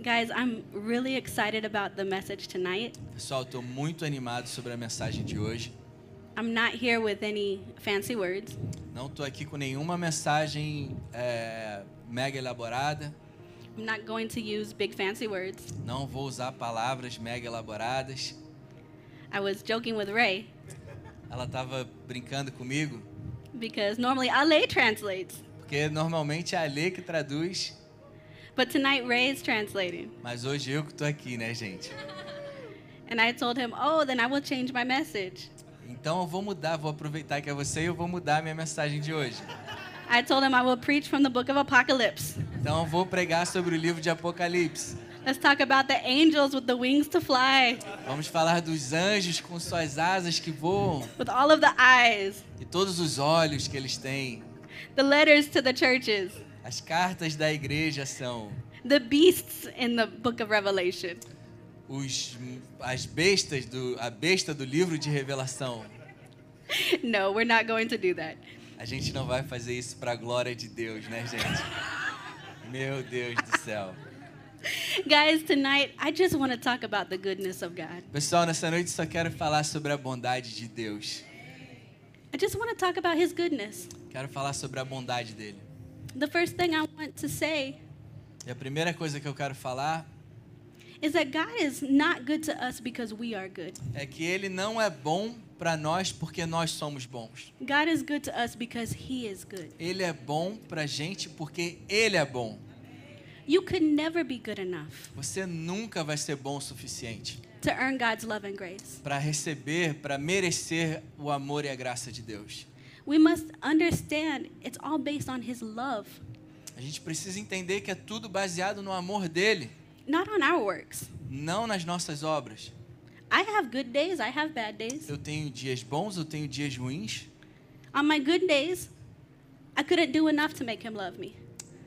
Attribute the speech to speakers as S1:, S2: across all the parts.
S1: Guys, I'm really excited about the message tonight.
S2: Pessoal, estou muito animado sobre a mensagem de hoje.
S1: I'm not here with any fancy words.
S2: Não estou aqui com nenhuma mensagem é, mega elaborada.
S1: I'm not going to use big fancy words.
S2: Não vou usar palavras mega elaboradas.
S1: I was joking with Ray
S2: Ela estava brincando comigo,
S1: because normally Ale translates,
S2: porque normalmente é a Lê que traduz,
S1: but tonight Ray is translating.
S2: mas hoje eu que estou aqui, né, gente?
S1: And I told him, "Oh, then I will change my message."
S2: Então eu vou mudar, vou aproveitar que é você e eu vou mudar a minha mensagem de hoje.
S1: I told him I will preach from the book of Apocalypse.
S2: Então eu vou pregar sobre o livro de Apocalipse.
S1: Let's talk about the angels with the wings to fly,
S2: Vamos falar dos anjos com suas asas que voam
S1: with all of the eyes,
S2: e todos os olhos que eles têm.
S1: the letters to the churches,
S2: As cartas da igreja são
S1: the beasts in the book of Revelation.
S2: os, as bestas do a besta do livro de Revelação.
S1: no, we're not going to do that.
S2: A gente não vai fazer isso para a glória de Deus, né, gente? Meu Deus do céu.
S1: Guys, tonight I just want to talk about the goodness of God.
S2: Pessoal, nessa noite só quero falar sobre a bondade de Deus.
S1: I just want to talk about His goodness.
S2: Quero falar sobre a bondade dele.
S1: The first thing I want to say
S2: E a primeira coisa que eu quero falar
S1: is that God is not good to us because we are good.
S2: é que ele não é bom para nós porque nós somos bons.
S1: God is good to us because He is good.
S2: Ele é bom pra gente porque ele é bom.
S1: You could never be good enough
S2: Você nunca vai ser bom o suficiente.
S1: to earn God's love and grace.
S2: para receber, para merecer o amor e a graça de Deus.
S1: We must understand it's all based on His love,
S2: A gente precisa entender que é tudo baseado no amor dele,
S1: not on our works.
S2: não nas nossas obras.
S1: I have good days, I have bad days.
S2: Eu tenho dias bons, eu tenho dias ruins.
S1: On my good days, I couldn't do enough to make Him love me.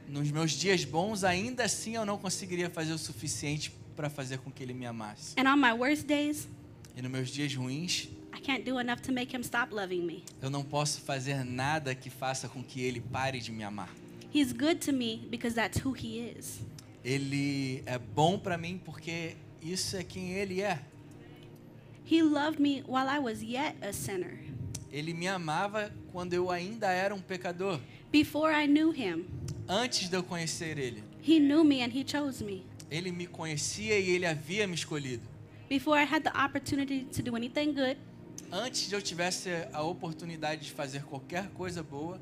S2: Nos meus dias bons, ainda assim eu não conseguiria fazer o suficiente para fazer com que ele me amasse.
S1: And on my worst days,
S2: E nos meus dias ruins,
S1: I can't do enough to make him stop loving me.
S2: eu não posso fazer nada que faça com que ele pare de me amar.
S1: He's good to me because that's who he is.
S2: Ele é bom para mim porque isso é quem ele é.
S1: He loved me while I was yet a sinner.
S2: Ele me amava quando eu ainda era um pecador.
S1: Before I knew him,
S2: antes de eu conhecer ele.
S1: he knew me and he chose me.
S2: Ele me conhecia e ele havia me escolhido.
S1: Before I had the opportunity to do anything good,
S2: Antes de eu tivesse a oportunidade de fazer qualquer coisa boa,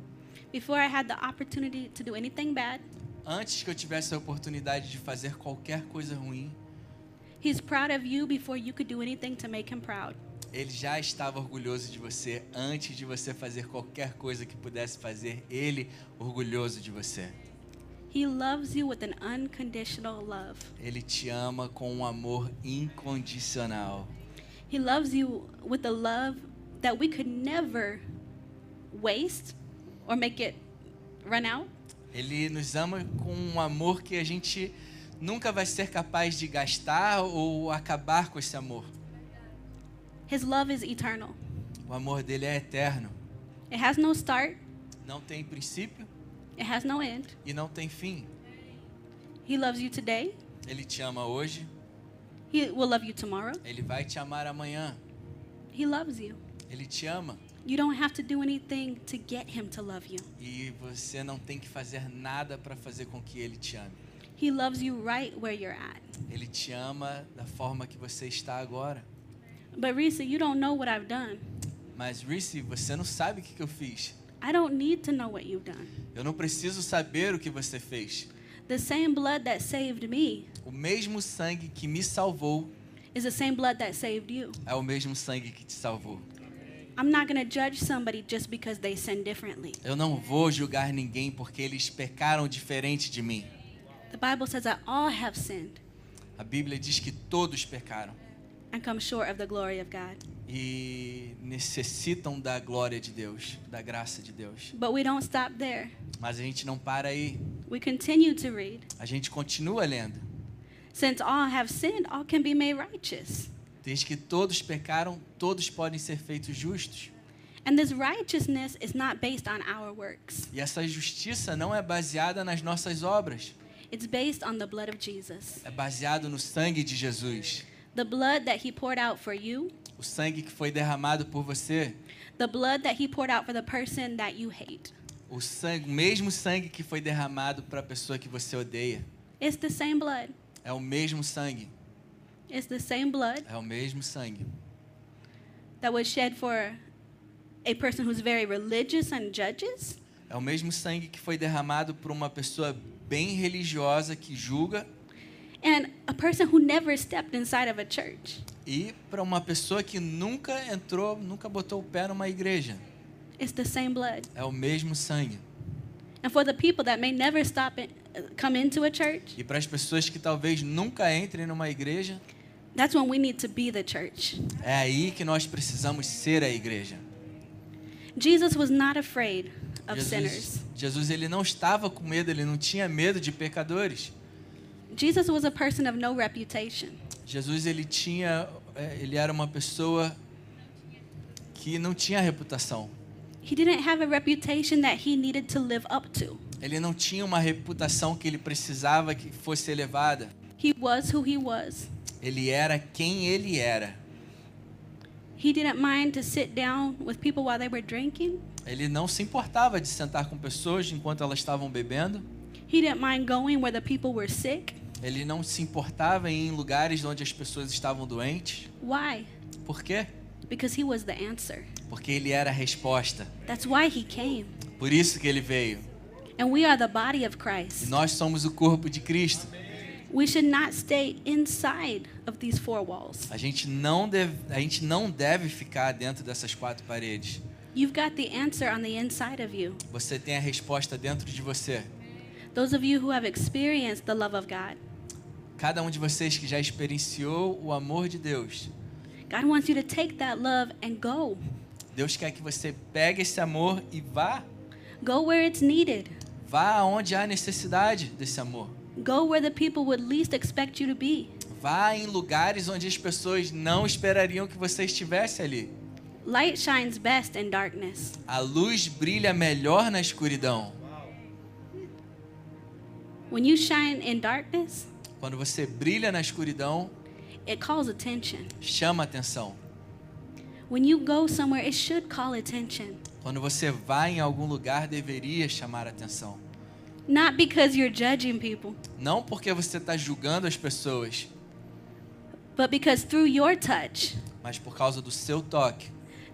S1: before I had the opportunity to do anything bad,
S2: antes que eu tivesse a oportunidade de fazer qualquer coisa ruim,
S1: he's proud of you before you could do anything to make him proud.
S2: ele já estava orgulhoso de você antes de você fazer qualquer coisa que pudesse fazer ele orgulhoso de você.
S1: He loves you with an unconditional love.
S2: Ele te ama com um amor incondicional.
S1: He loves you with a love that we could never waste or make it run out.
S2: Ele nos ama com um amor que a gente nunca vai ser capaz de gastar ou acabar com esse amor.
S1: His love is eternal.
S2: O amor dele é eterno.
S1: It has no start,
S2: Não tem princípio
S1: it has no end.
S2: e não tem fim.
S1: He loves you today,
S2: Ele te ama hoje,
S1: He will love you tomorrow.
S2: ele vai te amar amanhã.
S1: He loves you.
S2: Ele te ama
S1: You don't have to do anything to get Him to love you.
S2: e você não tem que fazer nada para fazer com que ele te ame.
S1: He loves you right where you're at.
S2: Ele te ama da forma que você está agora.
S1: But, Risa, you don't know what I've done.
S2: Mas, Reese, você não sabe o que que eu fiz.
S1: I don't need to know what you've done.
S2: Eu não preciso saber o que você fez.
S1: The same blood that saved me
S2: O mesmo sangue que me salvou
S1: is the same blood that saved you.
S2: é o mesmo sangue que te salvou.
S1: I'm not going to judge somebody just because they sin differently.
S2: Eu não vou julgar ninguém porque eles pecaram diferente de mim.
S1: The Bible says that all have sinned
S2: A Bíblia diz que todos pecaram
S1: and come short of the glory of God.
S2: e necessitam da glória de Deus, da graça de Deus.
S1: But we don't stop there.
S2: Mas a gente não para aí,
S1: We continue to read.
S2: a gente continua lendo.
S1: Since all have sinned, all can be made righteous.
S2: Desde que todos pecaram, todos podem ser feitos justos.
S1: And this righteousness is not based on our works,
S2: E essa justiça não é baseada nas nossas obras,
S1: It's based on the blood of Jesus.
S2: É baseado no sangue de Jesus.
S1: The blood that he poured out for you,
S2: O sangue que foi derramado por você,
S1: the blood that he poured out for the person that you hate.
S2: o sangue, o mesmo sangue que foi derramado para a pessoa que você odeia,
S1: It's the same blood.
S2: é o mesmo sangue,
S1: It's the same blood
S2: é o mesmo sangue
S1: that was shed for a person who's very religious and judges.
S2: É o mesmo sangue que foi derramado por uma pessoa bem religiosa que julga
S1: And a person who never stepped inside of a church.
S2: e para uma pessoa que nunca entrou, nunca botou o pé numa igreja.
S1: It's the same blood.
S2: É o mesmo sangue.
S1: And for the people that may never stop in, come into a church,
S2: E para as pessoas que talvez nunca entrem numa igreja,
S1: that's when we need to be the church.
S2: é aí que nós precisamos ser a igreja.
S1: Jesus was not afraid of
S2: Jesus,
S1: sinners.
S2: Jesus ele não estava com medo, ele não tinha medo de pecadores.
S1: Jesus was a person of no reputation.
S2: Jesus ele tinha, é, ele era uma pessoa que não tinha reputação.
S1: He didn't have a reputation that he needed to live up to.
S2: Ele não tinha uma reputação que ele precisava que fosse elevada.
S1: He was who he was.
S2: Ele era quem ele era.
S1: He didn't mind to sit down with people while they were drinking.
S2: Ele não se importava de sentar com pessoas enquanto elas estavam bebendo.
S1: He didn't mind going where the people were sick.
S2: Ele não se importava em ir em lugares onde as pessoas estavam doentes.
S1: Why?
S2: Por quê?
S1: Because he was the answer.
S2: Porque ele era a resposta.
S1: That's why he came.
S2: Por isso que ele veio.
S1: And we are the body of
S2: E
S1: Christ.
S2: nós somos o corpo de Cristo.
S1: We should not stay inside of these four walls.
S2: A gente não deve, a gente não deve ficar dentro dessas quatro paredes.
S1: You've got the answer on the inside of you.
S2: Você tem a resposta dentro de você.
S1: Those of you who have experienced the love of God,
S2: Cada um de vocês que já experienciou o amor de Deus,
S1: God wants you to take that love and go.
S2: Deus quer que você pegue esse amor e vá,
S1: Go where it's needed.
S2: vá aonde há necessidade desse amor.
S1: Go where the people would least expect you to be.
S2: Vá em lugares onde as pessoas não esperariam que você estivesse ali.
S1: Light shines best in darkness.
S2: A luz brilha melhor na escuridão.
S1: When you shine in darkness,
S2: Quando você brilha na escuridão,
S1: it calls attention.
S2: chama atenção.
S1: When you go somewhere, it should call attention.
S2: Quando você vai em algum lugar, deveria chamar atenção.
S1: Not because you're judging people,
S2: Não porque você está julgando as pessoas,
S1: but because through your touch,
S2: mas por causa do seu toque.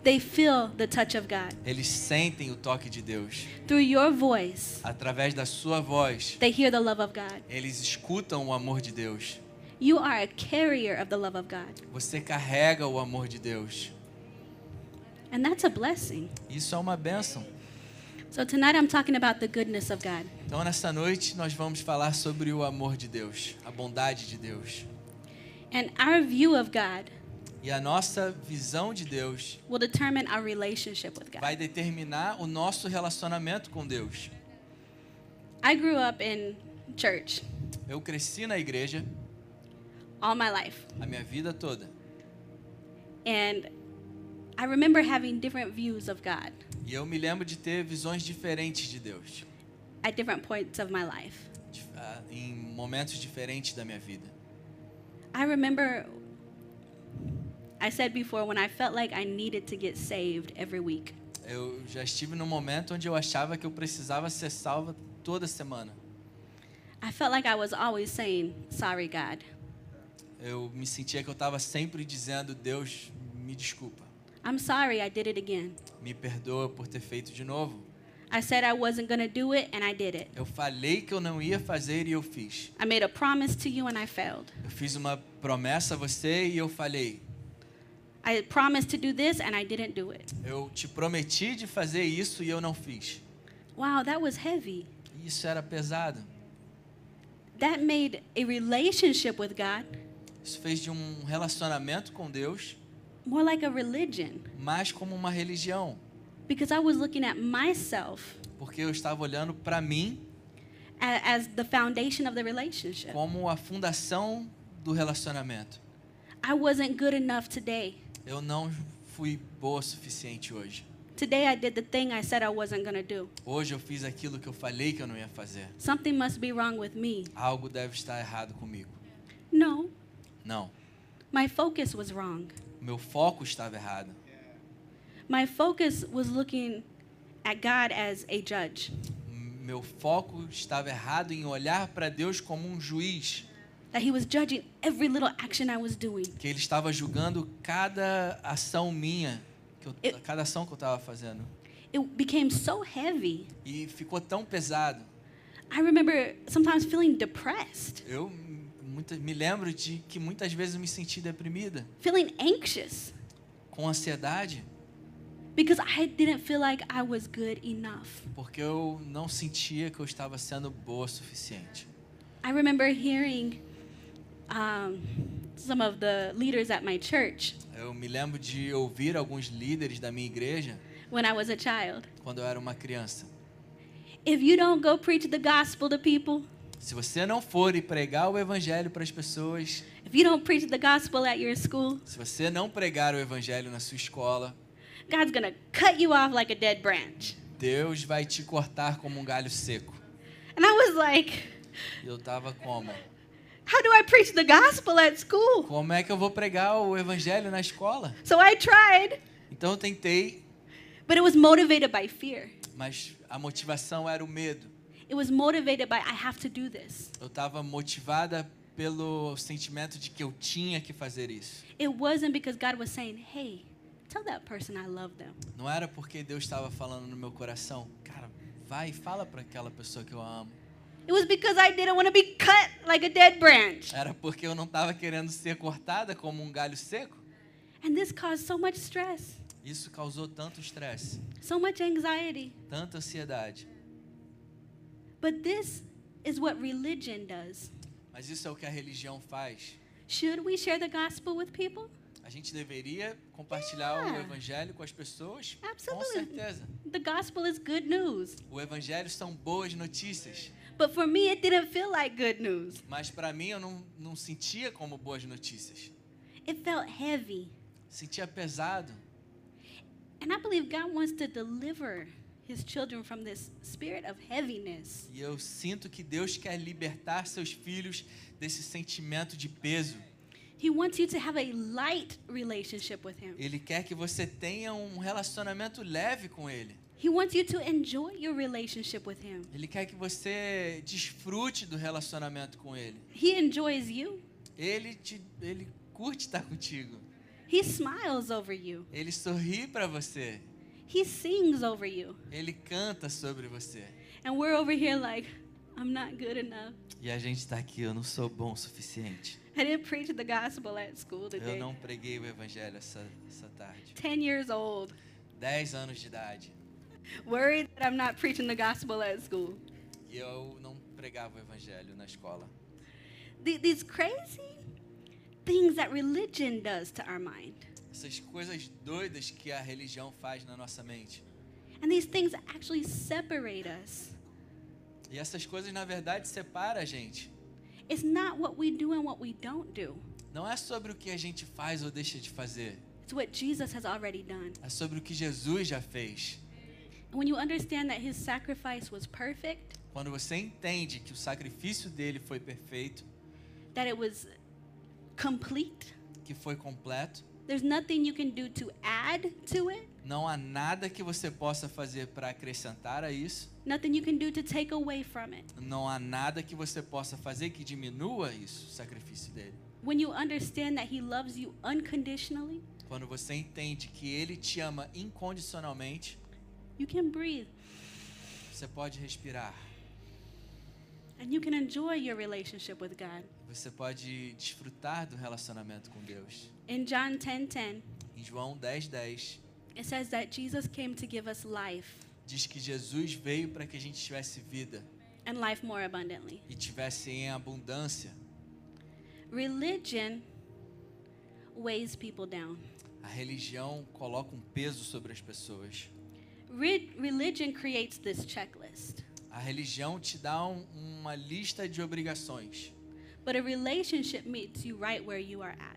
S1: they feel the touch of God.
S2: Eles sentem o toque de Deus.
S1: Through your voice,
S2: Através da sua voz,
S1: they hear the love of God.
S2: eles escutam o amor de Deus.
S1: You are a carrier of the love of God,
S2: Você carrega o amor de Deus.
S1: and that's a blessing.
S2: Isso é uma bênção.
S1: So tonight I'm talking about the goodness of God.
S2: Então, nessa noite, nós vamos falar sobre o amor de Deus, a bondade de Deus.
S1: And our view of God
S2: E a nossa visão de Deus
S1: will determine our relationship with God.
S2: vai determinar o nosso relacionamento com Deus.
S1: I grew up in church
S2: Eu cresci na igreja
S1: all my life,
S2: a minha vida toda.
S1: and I remember having different views of God
S2: E eu me lembro de ter visões diferentes de Deus,
S1: at different points of my life.
S2: de- ah, em momentos diferentes da minha vida.
S1: I remember I said before when I felt like I needed to get saved every week.
S2: Eu já estive num momento onde eu achava que eu precisava ser salva toda semana.
S1: I felt like I was always saying, Sorry, God.
S2: Eu me sentia que eu estava sempre dizendo: Deus, me desculpa,
S1: I'm sorry I did it again.
S2: me perdoa por ter feito de novo.
S1: I said I wasn't going to do it, and I did it.
S2: Eu falei que eu não ia fazer e eu fiz.
S1: I made a promise to you, and I failed.
S2: Eu fiz uma promessa a você e eu falei.
S1: I promised to do this, and I didn't do it.
S2: Eu te prometi de fazer isso e eu não fiz.
S1: Wow, that was heavy.
S2: E Isso era pesado.
S1: That made a relationship with God
S2: Isso fez de um relacionamento com Deus
S1: more like a religion
S2: mais como uma religião,
S1: because I was looking at myself
S2: porque eu estava olhando para mim
S1: a- as the foundation of the relationship.
S2: como a fundação do relacionamento.
S1: I wasn't good enough today.
S2: Eu não fui boa o suficiente hoje.
S1: Today I did the thing I said I wasn't going to do.
S2: Hoje eu fiz aquilo que eu falei que eu não ia fazer.
S1: Something must be wrong with me.
S2: Algo deve estar errado comigo.
S1: No,
S2: Não.
S1: my focus was wrong.
S2: Meu foco estava errado.
S1: My focus was looking at God as a judge.
S2: Meu foco estava errado em olhar para Deus como um juiz,
S1: that he was judging every little action I was doing.
S2: que ele estava julgando cada ação minha, que eu-
S1: Eu-
S2: cada ação que eu estava fazendo.
S1: It became so heavy.
S2: E ficou tão pesado.
S1: I remember sometimes feeling depressed,
S2: Eu m- muita- me lembro de que muitas vezes eu me senti deprimida,
S1: feeling anxious
S2: com ansiedade,
S1: because I didn't feel like I was good enough.
S2: porque eu não sentia que eu estava sendo boa o suficiente.
S1: I remember hearing um, some of the leaders at my church
S2: Eu me lembro de ouvir alguns líderes da minha igreja
S1: when I was a child.
S2: quando eu era uma criança.
S1: If you don't go preach the gospel to people,
S2: Se você não for e pregar o evangelho para as pessoas,
S1: if you don't preach the gospel at your school,
S2: se você não pregar o evangelho na sua escola,
S1: God's gonna cut you off like a dead branch.
S2: Deus vai te cortar como um galho seco.
S1: And I was like,
S2: E eu tava como?
S1: how do I preach the gospel at school?
S2: Como é que eu vou pregar o evangelho na escola?
S1: So I tried,
S2: Então eu tentei,
S1: but it was motivated by fear.
S2: mas a motivação era o medo.
S1: It was motivated by, I have to do this.
S2: Eu estava motivada pelo sentimento de que eu tinha que fazer isso.
S1: It wasn't because God was saying, hey, tell that person I love them.
S2: Não era porque Deus estava falando no meu coração, cara, vai e fala para aquela pessoa que eu amo.
S1: It was because I didn't want to be cut like a dead branch.
S2: Era porque eu não estava querendo ser cortada como um galho seco.
S1: And this caused so much stress,
S2: Isso causou tanto estresse,
S1: so much anxiety.
S2: tanta ansiedade.
S1: But this is what religion does.
S2: Mas isso é o que a religião faz.
S1: Should we share the gospel with people?
S2: A gente deveria compartilhar o
S1: Yeah.
S2: evangelho com as pessoas? Com
S1: Absolutely.
S2: certeza.
S1: The gospel is good news.
S2: O evangelho são boas notícias.
S1: But for me, it didn't feel like good news.
S2: Mas para mim eu não, não sentia como boas notícias.
S1: It felt heavy.
S2: Sentia pesado.
S1: And I believe God wants to deliver his children from this spirit of heaviness.
S2: E eu sinto que Deus quer libertar seus filhos desse sentimento de peso.
S1: He wants you to have a light relationship with him.
S2: Ele quer que você tenha um relacionamento leve com Ele.
S1: He wants you to enjoy your relationship with him.
S2: Ele quer que você desfrute do relacionamento com Ele.
S1: He enjoys you.
S2: Ele, te, ele curte estar contigo.
S1: He smiles over you.
S2: Ele sorri para você.
S1: He sings over you.
S2: Ele canta sobre você.
S1: And we're over here like, I'm not good enough.
S2: E a gente está aqui, eu não sou bom o suficiente.
S1: I didn't preach the gospel at school
S2: Eu
S1: today.
S2: não preguei o evangelho essa, essa tarde.
S1: 10 years old,
S2: 10 anos de idade.
S1: worried that I'm not preaching the gospel at school.
S2: E eu não pregava o evangelho na escola.
S1: Th- these crazy things that religion does to our mind.
S2: Essas coisas doidas que a religião faz na nossa mente.
S1: And these things actually separate us.
S2: E essas coisas, na verdade, separam a gente.
S1: It's not what we do and what we don't do.
S2: Não é sobre o que a gente faz ou deixa de fazer.
S1: It's what Jesus has already done.
S2: É sobre o que Jesus já fez.
S1: And when you understand that his sacrifice was perfect,
S2: Quando você entende que o sacrifício dele foi perfeito,
S1: that it was complete,
S2: que foi completo,
S1: there's nothing you can do to add to it,
S2: não há nada que você possa fazer para acrescentar a isso.
S1: nothing you can do to take away from it.
S2: Não há nada que você possa fazer que diminua isso, o sacrifício dele.
S1: When you understand that he loves you unconditionally,
S2: Quando você entende que ele te ama incondicionalmente,
S1: you can breathe
S2: você pode respirar,
S1: and you can enjoy your relationship with God.
S2: você pode desfrutar do relacionamento com Deus.
S1: In John 10:10, 10,
S2: Em João 10:10
S1: it says that Jesus came to give us life
S2: diz que Jesus veio para que a gente tivesse vida
S1: and life more abundantly.
S2: e tivesse em abundância.
S1: Religion weighs people down.
S2: A religião coloca um peso sobre as pessoas.
S1: Re- religion creates this checklist,
S2: A religião te dá um- uma lista de obrigações,
S1: but a relationship meets you right where you are at.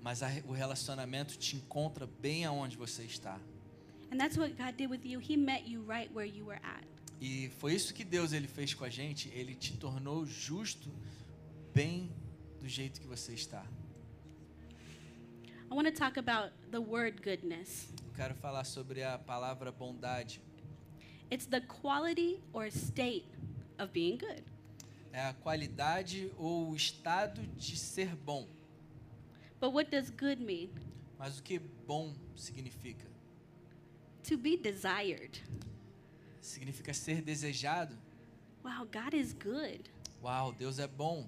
S2: mas a re- o relacionamento te encontra bem aonde você está.
S1: And that's what God did with you. He met you right where you were at.
S2: E foi isso que Deus ele fez com a gente. Ele te tornou justo, bem do jeito que você está.
S1: I want to talk about the word goodness.
S2: Eu quero falar sobre a palavra bondade.
S1: It's the quality or state of being good.
S2: É a qualidade ou o estado de ser bom.
S1: But what does good mean?
S2: Mas o que bom significa?
S1: To be desired.
S2: Significa ser desejado.
S1: Wow, God is good.
S2: Uau, Deus é bom.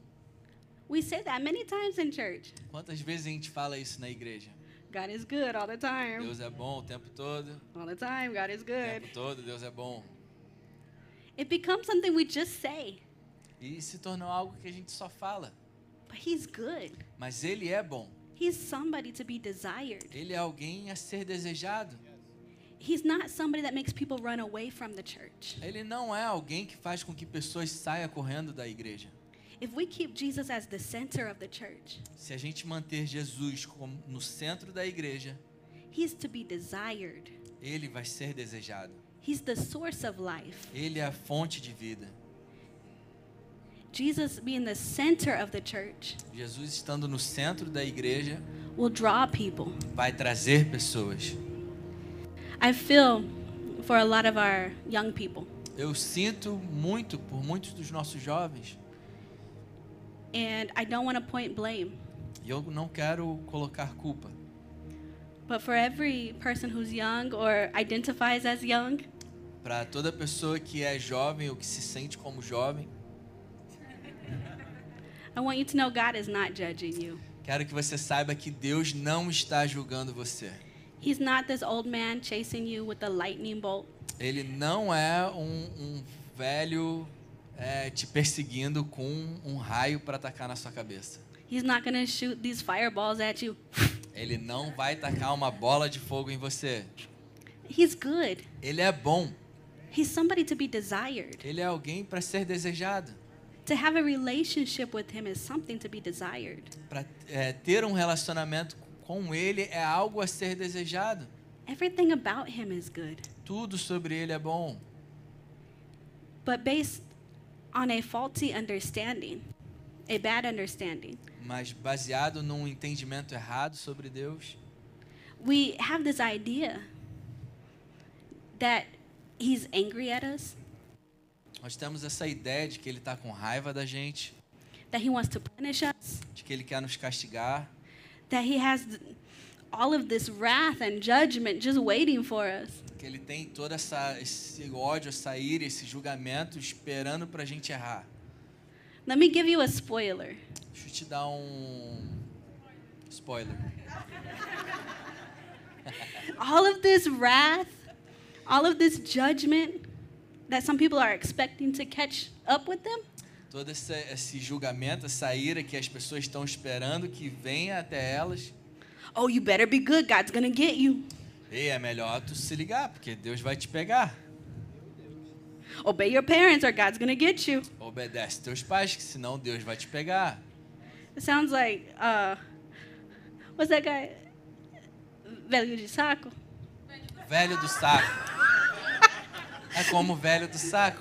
S1: We say that many times in church.
S2: Quantas vezes a gente fala isso na igreja?
S1: God is good all the time.
S2: Deus é bom o tempo todo.
S1: All the time, God is
S2: O
S1: good.
S2: tempo todo Deus é bom.
S1: It becomes something we just say,
S2: E se tornou algo que a gente só fala.
S1: but He's good.
S2: Mas ele é bom.
S1: He's somebody to be desired.
S2: Ele é alguém a ser desejado.
S1: He's not somebody that makes people run away from the church.
S2: Ele não é alguém que faz com que pessoas saiam correndo da igreja.
S1: If we keep Jesus as the center of the church,
S2: Se a gente manter Jesus como no centro da igreja,
S1: He's to be desired.
S2: ele vai ser desejado.
S1: He's the source of life.
S2: Ele é a fonte de vida.
S1: Jesus being the center of the church
S2: Jesus estando no centro da igreja
S1: will draw people.
S2: vai trazer pessoas.
S1: I feel for a lot of our young people.
S2: Eu sinto muito por muitos dos nossos jovens
S1: And I don't want to point blame,
S2: e eu não quero colocar culpa,
S1: but for every person who's young or identifies as young,
S2: Para toda pessoa que é jovem ou que se sente como jovem,
S1: I want you to know God is not judging you.
S2: quero que você saiba que Deus não está julgando você.
S1: He's not this old man chasing you with a lightning bolt.
S2: Ele não é um, um velho é, te perseguindo com um raio para atacar na sua cabeça.
S1: He's not going to shoot these fireballs at you.
S2: Ele não vai tacar uma bola de fogo em você.
S1: He's good.
S2: Ele é bom.
S1: He's somebody to be desired.
S2: Ele é alguém para ser desejado.
S1: To have a relationship with him is something to be desired.
S2: Para ter um relacionamento com ele é algo a ser desejado.
S1: Everything about him is good,
S2: Tudo sobre ele é bom,
S1: but based on a faulty understanding, a bad understanding.
S2: mas baseado num entendimento errado sobre Deus,
S1: We have this idea that he's angry at us,
S2: nós temos essa ideia de que ele está com raiva da gente,
S1: that he wants to punish us,
S2: de que ele quer nos castigar,
S1: that he has th- all of this wrath and judgment just waiting for us.
S2: que ele tem todo essa, esse ódio, essa ira, esse julgamento esperando para a gente errar.
S1: Let me give you a spoiler.
S2: Deixa eu te dar um spoiler.
S1: All of this wrath, all of this judgment that some people are expecting to catch up with them,
S2: Todo esse, esse julgamento, essa ira que as pessoas estão esperando que venha até elas.
S1: oh, you better be good. God's going to get you.
S2: E é melhor tu se ligar, porque Deus vai te pegar.
S1: Obey your parents or God's going to get you.
S2: Obedece teus pais, que senão Deus vai te pegar.
S1: It sounds like, uh, what's that guy? Velho de Saco?
S2: Velho do saco. É como o velho do saco.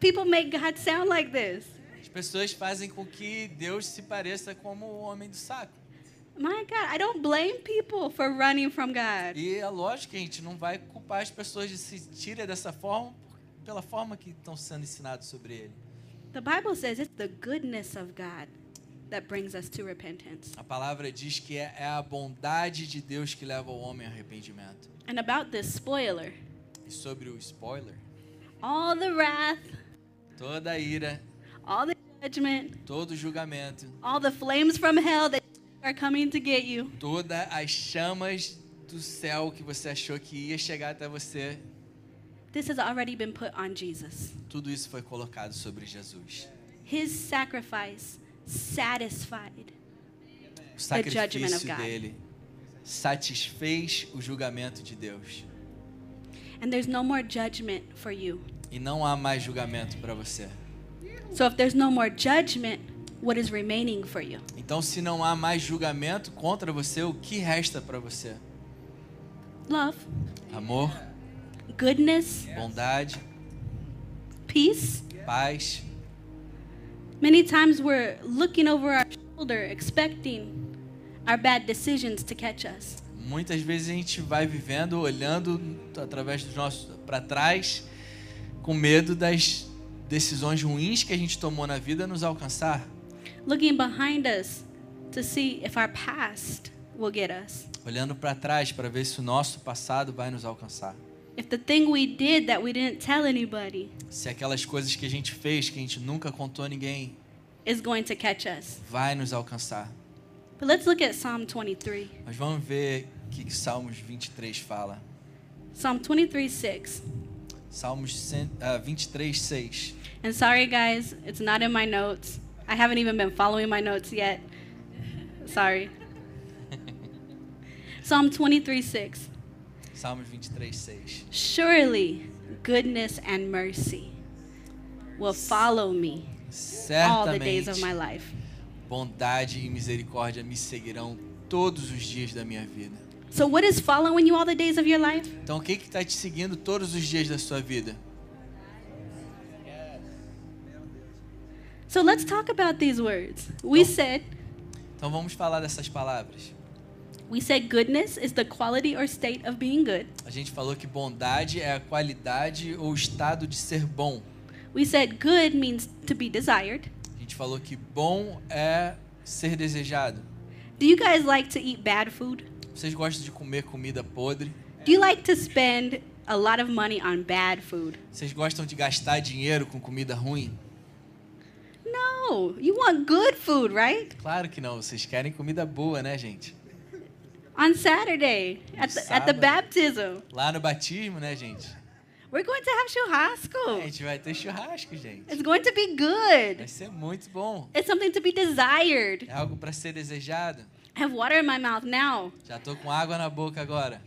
S1: People make God sound like this.
S2: As pessoas fazem com que Deus se pareça como o homem do saco.
S1: My God, I don't blame people for running from God.
S2: E é lógico que a gente não vai culpar as pessoas de se tira dessa forma pela forma que estão sendo ensinados sobre ele.
S1: The Bible says it's the goodness of God that brings us to repentance.
S2: A palavra diz que é é a bondade de Deus que leva o homem ao arrependimento.
S1: And about this spoiler,
S2: E sobre o spoiler,
S1: all the wrath,
S2: toda a ira,
S1: all the judgment,
S2: todo o julgamento,
S1: all the flames from hell that are coming to get you,
S2: todas as chamas do céu que você achou que ia chegar até você,
S1: this has already been put on Jesus.
S2: tudo isso foi colocado sobre Jesus.
S1: His sacrifice satisfied
S2: O
S1: judgment of
S2: sacrifício
S1: God.
S2: dele satisfez o julgamento de Deus.
S1: And there's no more judgment for you.
S2: E não há mais julgamento para você.
S1: So if there's no more judgment, what is remaining for you?
S2: Então, se não há mais julgamento contra você, o que resta para você?
S1: love,
S2: Amor,
S1: goodness,
S2: bondade,
S1: peace.
S2: paz.
S1: Many times we're looking over our shoulder expecting our bad decisions to catch us.
S2: Muitas vezes a gente vai vivendo, olhando através dos nossos para trás, com medo das decisões ruins que a gente tomou na vida nos alcançar,
S1: looking behind us to see if our past will get us.
S2: olhando para trás para ver se o nosso passado vai nos alcançar.
S1: If the thing we did that we didn't tell anybody
S2: Se aquelas coisas que a gente fez, que a gente nunca contou a ninguém,
S1: is going to catch us.
S2: vai nos alcançar.
S1: But let's look at Psalm 23.
S2: Mas vamos ver o que que Salmos 23 fala.
S1: Psalm 23 6.
S2: Salmos 100, ah, 23, 6.
S1: And sorry, guys, it's not in my notes. I haven't even been following my notes yet. Sorry. Psalm 23 6.
S2: Salmos 23, 6.
S1: Surely goodness and mercy will follow me all the days
S2: Certamente,
S1: of my life.
S2: bondade e misericórdia me seguirão todos os dias da minha vida.
S1: So, what is following you all the days of your life?
S2: Então, o que está te seguindo todos os dias da sua vida?
S1: So let's talk about these words. We
S2: Go.
S1: said
S2: Então, vamos falar dessas palavras.
S1: we said goodness is the quality or state of being good.
S2: A gente falou que bondade é a qualidade ou estado de ser bom.
S1: We said good means to be desired.
S2: A gente falou que bom é ser desejado.
S1: Do you guys like to eat bad food?
S2: Vocês gostam de comer comida podre?
S1: Do you like to spend a lot of money on bad food?
S2: Vocês gostam de gastar dinheiro com comida ruim?
S1: No, you want good food, right?
S2: Claro que não, vocês querem comida boa, né, gente?
S1: On Saturday at the, at the
S2: Sábado.
S1: baptism,
S2: Lá no batismo, né, gente?
S1: we're going to have
S2: A
S1: churrasco.
S2: gente vai ter churrasco, gente.
S1: It's going to be
S2: Vai
S1: good.
S2: ser muito bom.
S1: It's something to be desired.
S2: É algo para ser desejado.
S1: I have water in my mouth now.
S2: Já tô com água na boca agora.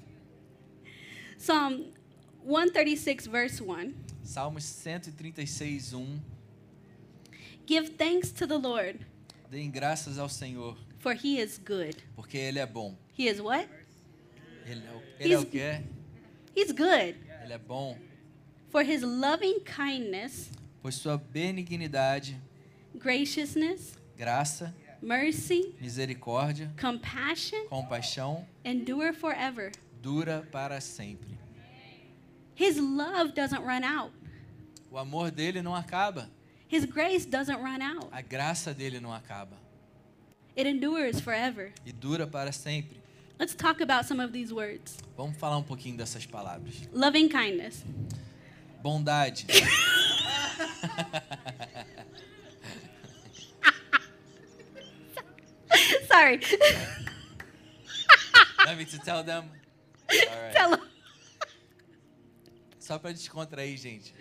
S1: Psalm 136 verse 1.
S2: Salmos 136, 1.
S1: Give thanks to the Lord,
S2: Deem graças ao Senhor,
S1: for he is good.
S2: porque Ele é bom.
S1: He is what?
S2: Ele é o, ele é o quê?
S1: He's good.
S2: Ele é bom.
S1: For his loving kindness,
S2: Pois sua benignidade,
S1: graciousness,
S2: graça,
S1: mercy,
S2: misericórdia,
S1: compassion
S2: compaixão,
S1: endure forever.
S2: dura para sempre.
S1: His love doesn't run out.
S2: O amor dele não acaba.
S1: His grace doesn't run out.
S2: A graça dele não acaba.
S1: It endures forever.
S2: E dura para sempre.
S1: Let's talk about some of these words.
S2: Vamos falar um pouquinho dessas palavras.
S1: Loving kindness.
S2: Bondade.
S1: Sorry.
S2: Want me to tell them? Alright.
S1: Tell him.
S2: Só pra descontrair, gente.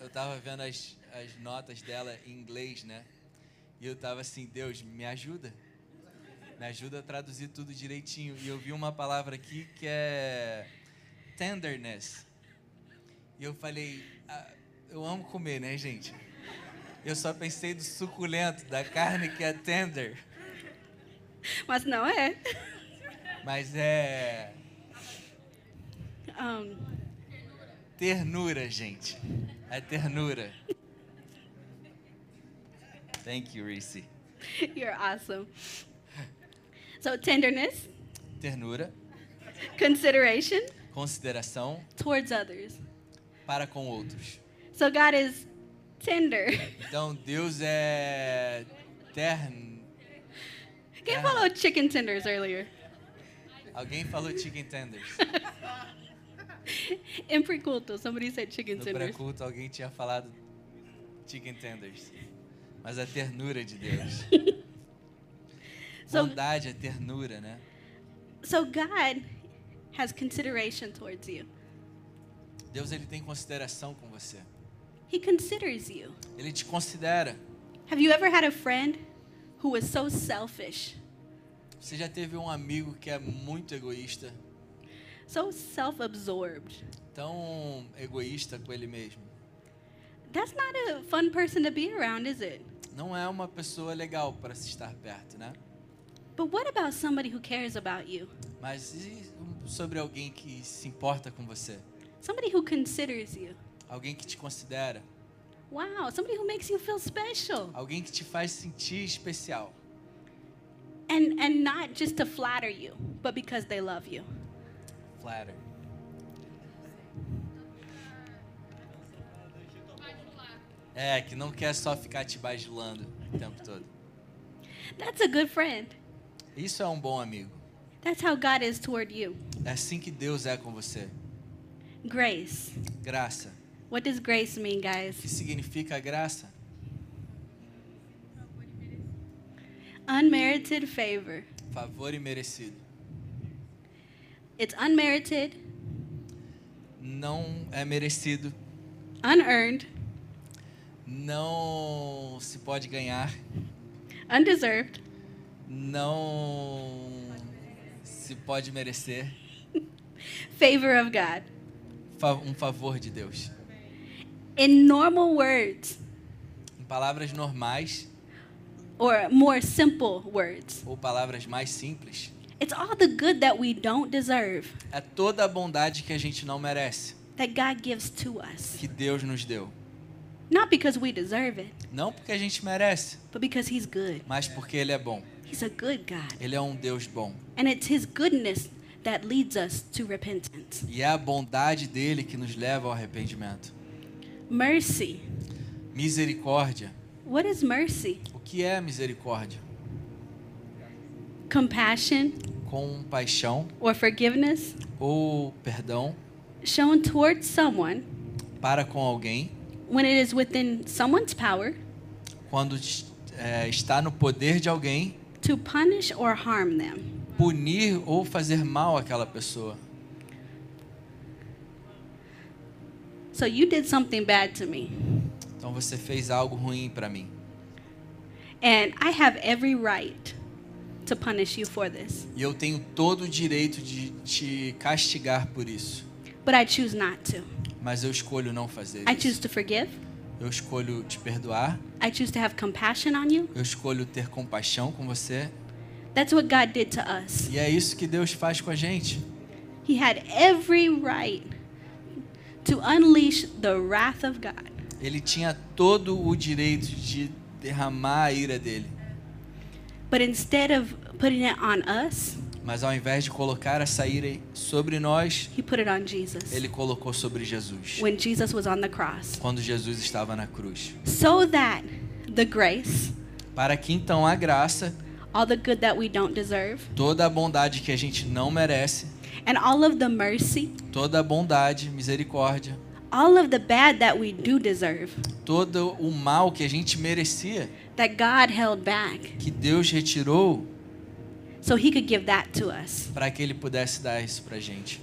S2: Eu tava vendo as, as notas dela em inglês, né? E eu tava assim, Deus, me ajuda. Me ajuda a traduzir tudo direitinho. E eu vi uma palavra aqui que é tenderness. E eu falei, "Ah, eu amo comer, né, gente? Eu só pensei do suculento, da carne que é tender.
S1: Mas não é.
S2: Mas é
S1: Um,
S2: Ternura, gente. É ternura. Thank you, Reese.
S1: you're awesome. So tenderness,
S2: Ternura,
S1: consideration
S2: consideração
S1: towards others.
S2: para com outros.
S1: So God is tender.
S2: Então, Deus é tern...
S1: Quem
S2: Ah.
S1: falou chicken tenders earlier?
S2: Alguém falou chicken tenders.
S1: In preculto, somebody said chicken
S2: No
S1: tenders.
S2: pré-culto, alguém tinha falado chicken tenders. Mas a ternura de Deus.
S1: So-
S2: Bondade é ternura, né?
S1: So God has consideration towards you.
S2: Deus ele tem consideração com você.
S1: He considers you.
S2: Ele te considera.
S1: Have you ever had a friend who was so selfish,
S2: Você já teve um amigo que é muito egoísta?
S1: so self-absorbed?
S2: tão egoísta com ele mesmo.
S1: That's not a fun person to be around, is it?
S2: Não é uma pessoa legal para se estar perto, né?
S1: But what about somebody who cares about you?
S2: Mas e sobre alguém que se importa com você?
S1: Somebody who considers you?
S2: Alguém que te considera?
S1: Wow, somebody who makes you feel special.
S2: Alguém que te faz sentir especial?
S1: And and not just to flatter you, but because they love you.
S2: Flatter. É, que não quer só ficar te bajulando o tempo todo.
S1: That's a good friend.
S2: Isso é um bom amigo.
S1: That's how God is toward you.
S2: É assim que Deus é com você.
S1: Grace.
S2: Graça.
S1: What does grace mean,
S2: O que
S1: guys?
S2: significa graça?
S1: Unmerited favor.
S2: Favor imerecido.
S1: It's unmerited,
S2: Não é merecido,
S1: unearned,
S2: não se pode ganhar,
S1: undeserved,
S2: não se pode merecer.
S1: favor of God.
S2: Fa- Um favor de Deus.
S1: In normal words,
S2: Em palavras normais
S1: or more simple words,
S2: ou palavras mais simples,
S1: it's all the good that we don't deserve
S2: é toda a bondade que a gente não merece,
S1: that God gives to us.
S2: que Deus nos deu.
S1: Not because we deserve it,
S2: Não porque a gente merece,
S1: but because He's good.
S2: mas porque Ele é bom.
S1: He's a good God.
S2: Ele é um Deus bom.
S1: And it's His goodness that leads us to repentance.
S2: E é a bondade dele que nos leva ao arrependimento.
S1: Mercy.
S2: Misericórdia.
S1: What is mercy?
S2: O que é misericórdia?
S1: Compassion
S2: Compaixão
S1: or forgiveness
S2: ou perdão
S1: shown towards someone
S2: para com alguém
S1: when it is within someone's power
S2: quando é, está no poder de alguém
S1: to punish or harm them.
S2: punir ou fazer mal àquela pessoa.
S1: So you did something bad to me,
S2: Então você fez algo ruim para mim.
S1: and I have every right to punish you for this,
S2: E eu tenho todo o direito de te castigar por isso.
S1: but I choose not to.
S2: Mas eu escolho não fazer
S1: I choose
S2: isso.
S1: to forgive.
S2: Eu escolho te perdoar.
S1: I choose to have compassion on you.
S2: Eu escolho ter compaixão com você.
S1: That's what God did to us.
S2: E é isso que Deus faz com a gente.
S1: He had every right to unleash the wrath of God.
S2: Ele tinha todo o direito de derramar a ira dele.
S1: But instead of putting it on us,
S2: Mas ao invés de colocar essa ira sobre nós,
S1: he put it on Jesus
S2: ele colocou sobre Jesus.
S1: when Jesus was on the cross.
S2: Quando Jesus estava na cruz.
S1: So that the grace,
S2: Para que então a graça,
S1: all the good that we don't deserve,
S2: toda a bondade que a gente não merece,
S1: and all of the mercy,
S2: toda a bondade, misericórdia,
S1: all of the bad that we do deserve,
S2: todo o mal que a gente merecia,
S1: that God held back
S2: que Deus retirou
S1: so he could give that to us.
S2: para que ele pudesse dar isso pra gente.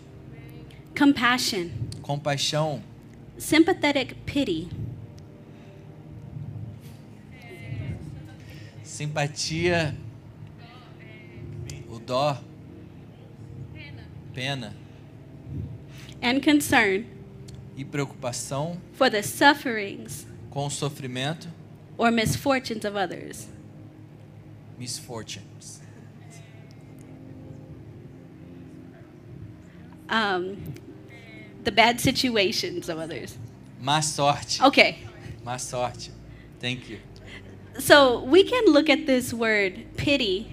S1: Compassion,
S2: Compaixão,
S1: sympathetic pity,
S2: simpatia, o dó, pena
S1: and concern
S2: e preocupação
S1: for the sufferings
S2: com o sofrimento,
S1: or misfortunes of others.
S2: misfortunes.
S1: um, the bad situations of others.
S2: Má sorte,
S1: Okay,
S2: má sorte. Thank you.
S1: so we can look at this word pity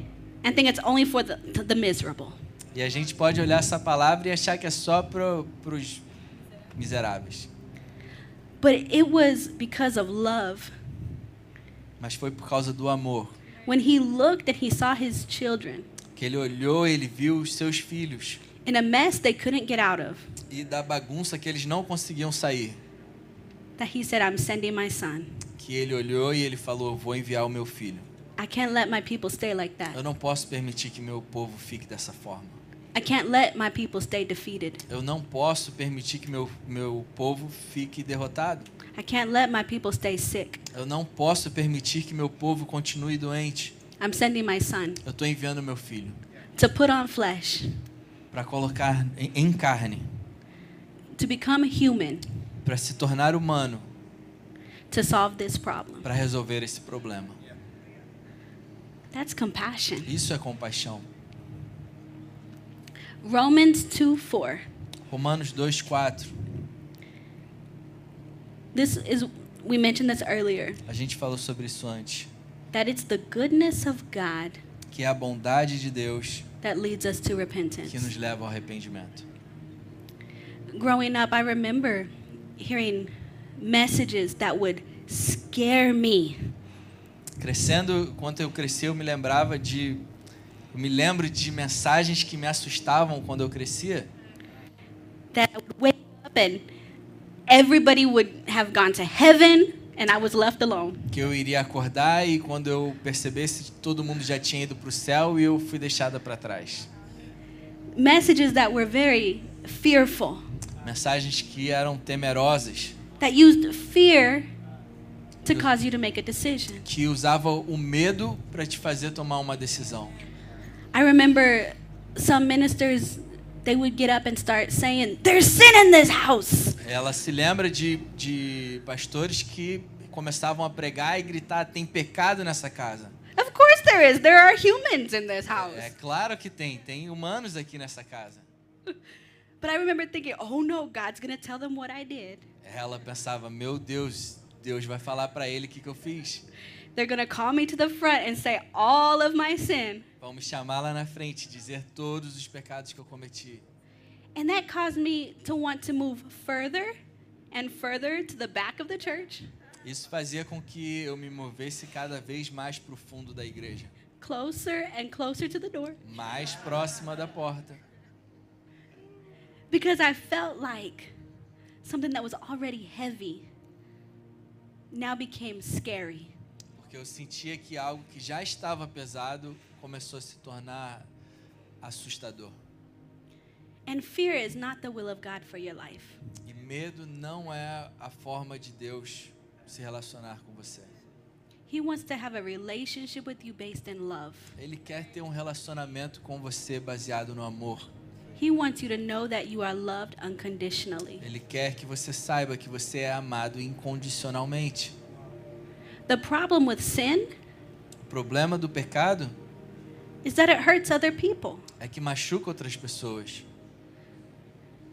S1: and think it's only for the, the miserable.
S2: E a gente pode olhar essa palavra e achar que é só pro, pros miseráveis.
S1: But it was because of love.
S2: Mas foi por causa do amor
S1: When he looked and he saw his children
S2: que ele olhou, ele viu os seus filhos
S1: in a mess they couldn't get out of,
S2: e da bagunça que eles não conseguiam sair.
S1: that he said, I'm sending my son.
S2: Que ele olhou e ele falou: "Eu "Vou enviar o meu filho.
S1: I can't let my people stay like
S2: Eu
S1: that.
S2: não posso permitir que meu povo fique dessa forma.
S1: I can't let my people stay defeated.
S2: Eu não posso permitir que meu meu povo fique derrotado.
S1: I can't let my people stay sick.
S2: Eu não posso permitir que meu povo continue doente.
S1: I'm sending my son
S2: Eu estou enviando meu filho
S1: to put on flesh,
S2: para colocar em, em carne,
S1: to become human,
S2: para se tornar humano,
S1: to solve this problem.
S2: para resolver esse problema.
S1: That's compassion.
S2: Isso é compaixão.
S1: Romans 2 4.
S2: Romanos 2, 4.
S1: This is, we mentioned this earlier,
S2: A gente falou sobre isso antes.
S1: that it's the goodness of God
S2: Que é a bondade de Deus
S1: that leads us to
S2: que
S1: repentance.
S2: nos leva ao arrependimento.
S1: Growing up, I remember hearing messages that would scare me.
S2: Crescendo, quando eu cresci, eu me lembrava de. Eu me lembro de mensagens que me assustavam quando eu crescia.
S1: that I would wake up and everybody would have gone to heaven and I was left alone.
S2: Que eu iria acordar e quando eu percebesse, todo mundo já tinha ido para o céu e eu fui deixada para trás.
S1: Messages that were very fearful,
S2: Mensagens que eram temerosas,
S1: that used fear to cause you to make a decision.
S2: que usavam o medo para te fazer tomar uma decisão.
S1: I remember some ministers, they would get up and start saying, There's sin in this house.
S2: Ela se lembra de, de pastores que começavam a pregar e gritar: tem pecado nessa casa.
S1: Of course there is. There are humans in this house.
S2: É claro que tem, tem humanos aqui nessa casa.
S1: But I remember thinking, Oh no, God's going to tell them what I did.
S2: Ela pensava: meu Deus, Deus vai falar pra ele o que, que eu fiz.
S1: They're going to call me to the front and say all of my sin.
S2: Vão me chamar lá na frente, dizer todos os pecados que eu cometi.
S1: And that caused me to want to move further and further to the back of the church,
S2: Isso fazia com que eu me movesse cada vez mais pro fundo da igreja,
S1: closer and closer to the door,
S2: mais próxima da porta,
S1: because I felt like something that was already heavy now became scary.
S2: porque eu sentia que algo que já estava pesado começou a se tornar assustador.
S1: And fear is not the will of God for your life.
S2: E medo não é a forma de Deus se relacionar com você.
S1: He wants to have a relationship with you based in love.
S2: Ele quer ter um relacionamento com você baseado no amor.
S1: He wants you to know that you are loved unconditionally.
S2: Ele quer que você saiba que você é amado incondicionalmente.
S1: The problem with sin
S2: O problema do pecado
S1: is that it hurts other people.
S2: é que machuca outras pessoas.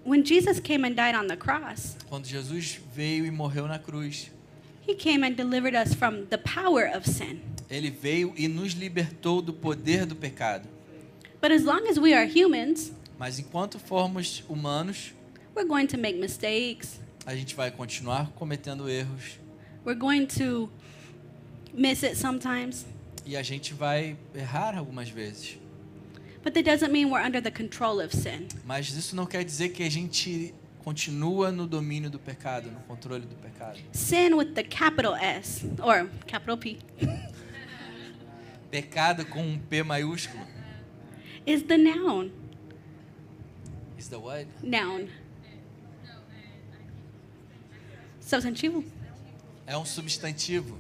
S1: When Jesus came and died on the cross,
S2: Quando Jesus veio e morreu na cruz,
S1: He came and delivered us from the power of sin.
S2: ele veio e nos libertou do poder do pecado.
S1: But as long as we are humans,
S2: Mas enquanto formos humanos,
S1: we're going to make mistakes.
S2: a gente vai continuar cometendo erros
S1: We're going to miss it sometimes.
S2: e a gente vai errar algumas vezes.
S1: But that doesn't mean we're under the control of sin.
S2: Mas isso não quer dizer que a gente continua no domínio do pecado, no controle do pecado.
S1: Sin with the capital S or capital P
S2: Pecado com um P maiúsculo.
S1: is the noun.
S2: Is the what?
S1: Noun. Substantivo.
S2: É um substantivo.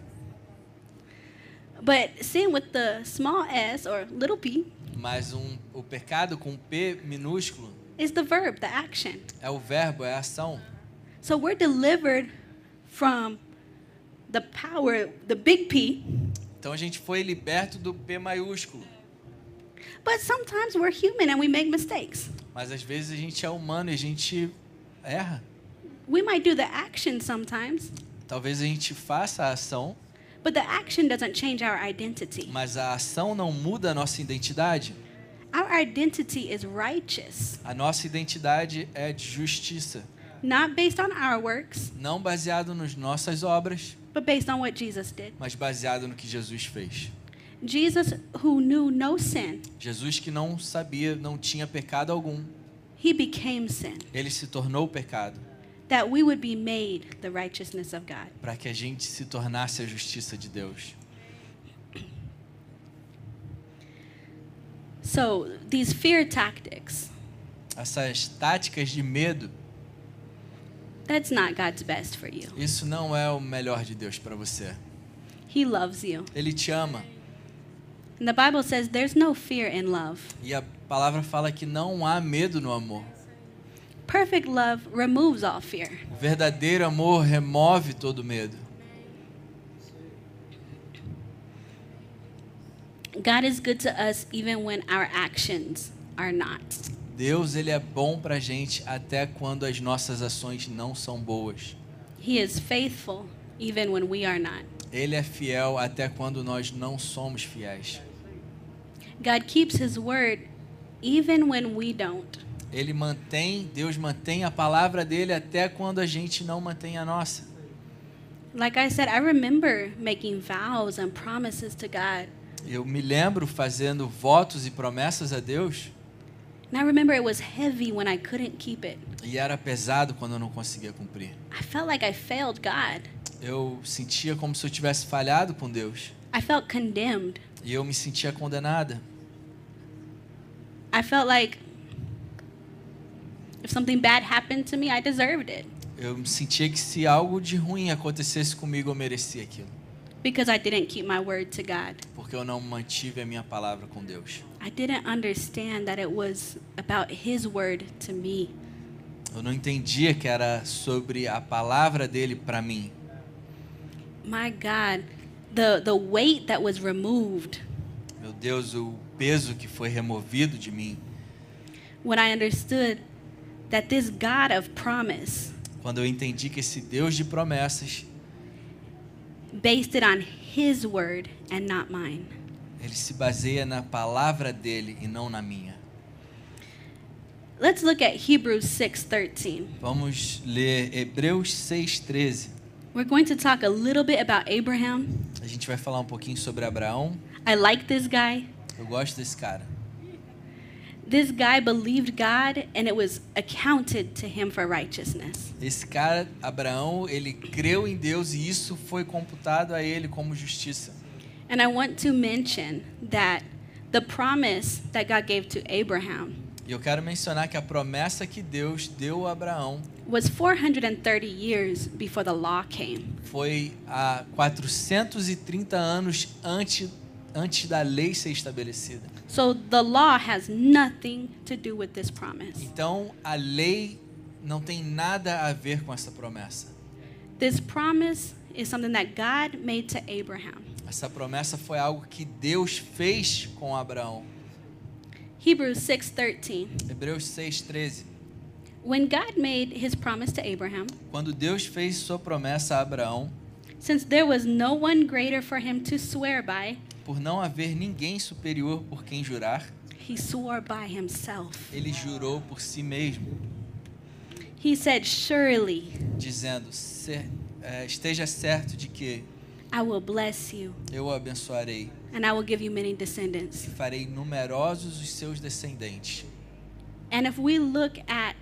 S1: But sin with the small s or little p
S2: Mas um, o pecado com um P minúsculo
S1: is the verb, the action.
S2: é o verbo, é a ação.
S1: So we're delivered from the power, the big P,
S2: Então a gente foi liberto do P maiúsculo.
S1: but sometimes we're human and we make mistakes.
S2: Mas às vezes a gente é humano e a gente erra.
S1: We might do the action sometimes,
S2: Talvez a gente faça a ação,
S1: but the action doesn't change our identity.
S2: mas a ação não muda a nossa identidade.
S1: Our identity is righteous,
S2: A nossa identidade é de justiça,
S1: not based on our works,
S2: não baseado nas nossas obras,
S1: but based on what Jesus did.
S2: mas baseado no que Jesus fez.
S1: Jesus, who knew no sin,
S2: Jesus que não sabia, não tinha pecado algum,
S1: he became sin,
S2: ele se tornou pecado
S1: that we would be made the righteousness of God.
S2: para que a gente se tornasse a justiça de Deus.
S1: So these fear tactics,
S2: Essas táticas de medo,
S1: that's not God's best for you.
S2: isso não é o melhor de Deus para você.
S1: He loves you.
S2: Ele te ama.
S1: And the Bible says there's no fear in love.
S2: E a palavra fala que não há medo no amor.
S1: Perfect love removes all fear.
S2: O verdadeiro amor remove todo medo.
S1: God is good to us even when our actions are not.
S2: Deus ele é bom pra gente até quando as nossas ações não são boas.
S1: He is faithful even when we are not.
S2: Ele é fiel até quando nós não somos fiéis.
S1: God keeps his word even when we don't.
S2: Ele mantém, Deus mantém a palavra dele até quando a gente não mantém a nossa.
S1: Like I said, I remember making vows and promises to God.
S2: Eu me lembro fazendo votos e promessas a Deus
S1: And I remember it was heavy when I couldn't keep it.
S2: e era pesado quando eu não conseguia cumprir.
S1: I felt like I failed God.
S2: Eu sentia como se eu tivesse falhado com Deus
S1: I felt condemned.
S2: e eu me sentia condenada.
S1: I felt like if something bad happened to me, I deserved it
S2: Eu me sentia que se algo de ruim acontecesse comigo, eu merecia aquilo,
S1: because I didn't keep my word to God.
S2: porque eu não mantive a minha palavra com Deus.
S1: I didn't understand that it was about His word to me.
S2: Eu não entendia que era sobre a palavra dele para mim.
S1: My God, the, the weight that was removed
S2: Meu Deus, o peso que foi removido de mim
S1: when I understood that this God of promise
S2: quando eu entendi que esse Deus de promessas,
S1: based it on His word and not mine.
S2: ele se baseia na palavra dele e não na minha.
S1: Let's look at Hebrews 6:13.
S2: Vamos ler Hebreus 6:13.
S1: We're going to talk a little bit about Abraham.
S2: A gente vai falar um pouquinho sobre Abraão.
S1: I like this guy.
S2: Eu gosto desse cara.
S1: This guy believed God and it was accounted to him for righteousness.
S2: Esse cara, Abraão, ele creu em Deus e isso foi computado a ele como justiça.
S1: And I want to mention that the promise that God gave to Abraham
S2: E eu quero mencionar que a promessa que Deus deu a Abraão
S1: was 430 years before the law came.
S2: foi há 430 anos antes, antes da lei ser estabelecida.
S1: So the law has nothing to do with this promise.
S2: Então a lei não tem nada a ver com essa promessa.
S1: This promise is something that God made to Abraham.
S2: Essa promessa foi algo que Deus fez com Abraão.
S1: Hebrews 6:13.
S2: Hebreus 6:13.
S1: When God made his promise to Abraham,
S2: Quando Deus fez sua promessa a Abraão,
S1: Since there was no one greater for him to swear by,
S2: por não haver ninguém superior por quem jurar,
S1: he swore by himself.
S2: ele jurou por si mesmo,
S1: He said, Surely
S2: dizendo: "Cer- eh, Esteja certo de que
S1: I will bless you,
S2: eu o abençoarei
S1: and I will give you many descendants.
S2: e farei numerosos os seus descendentes.
S1: And if we look at,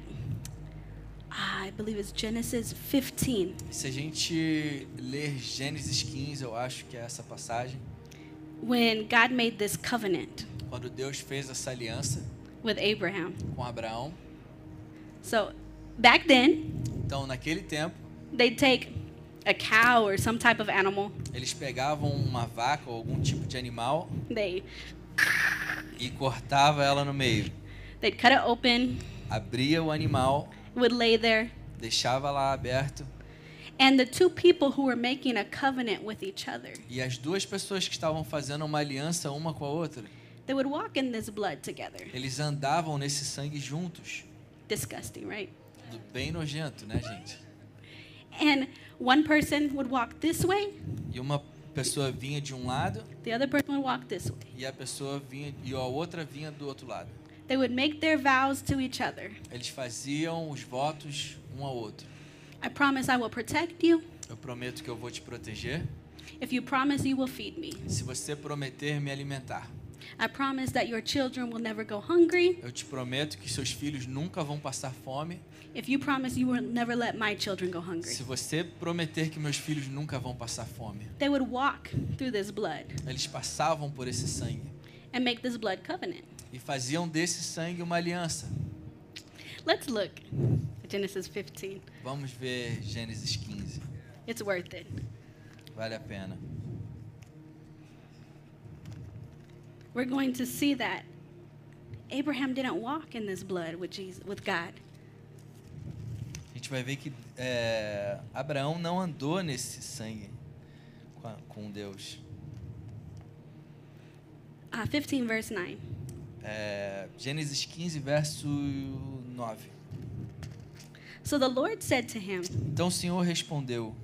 S1: ah, I believe it's Genesis 15,
S2: Se a gente ler Gênesis 15, eu acho que é essa passagem,
S1: when God made this covenant
S2: quando Deus fez essa aliança
S1: with Abraham.
S2: com Abraão.
S1: So back then,
S2: Então, naquele tempo,
S1: they'd take a cow or some type of animal,
S2: eles pegavam uma vaca ou algum tipo de animal
S1: they,
S2: e cortava ela no meio.
S1: they'd cut it open,
S2: Abria o animal,
S1: it would lay there,
S2: deixava lá aberto
S1: and the two people who were making a covenant with each other.
S2: e as duas pessoas que estavam fazendo uma aliança uma com a outra,
S1: They would walk in this blood together.
S2: eles andavam nesse sangue juntos.
S1: Disgusting, right?
S2: Do- Bem nojento, né, gente?
S1: And one person would walk this way,
S2: E uma pessoa vinha de um lado
S1: the other person would walk this way.
S2: e a pessoa vinha e a outra vinha do outro lado.
S1: They would make their vows to each other.
S2: Eles faziam os votos um ao outro.
S1: I promise I will protect you.
S2: Eu prometo que eu vou te proteger
S1: If you promise, you will feed me.
S2: se você prometer me alimentar.
S1: I promise that your children will never go hungry.
S2: Eu te prometo que seus filhos nunca vão passar fome
S1: If you promise, you will never let my children go hungry.
S2: se você prometer que meus filhos nunca vão passar fome.
S1: They would walk through this blood
S2: Eles passavam por esse sangue
S1: and make this blood covenant.
S2: e faziam desse sangue uma aliança.
S1: Let's look at Genesis 15.
S2: Vamos ver Gênesis 15.
S1: It's worth it.
S2: Vale a pena.
S1: we're going to see that Abraham didn't walk in this blood with Jesus, with God.
S2: A gente vai ver que é, Abraão não andou nesse sangue com, a- com Deus.
S1: uh, 15, verse 9.
S2: É, Gênesis 15, verso 9.
S1: So the Lord said to him,
S2: Então o Senhor respondeu: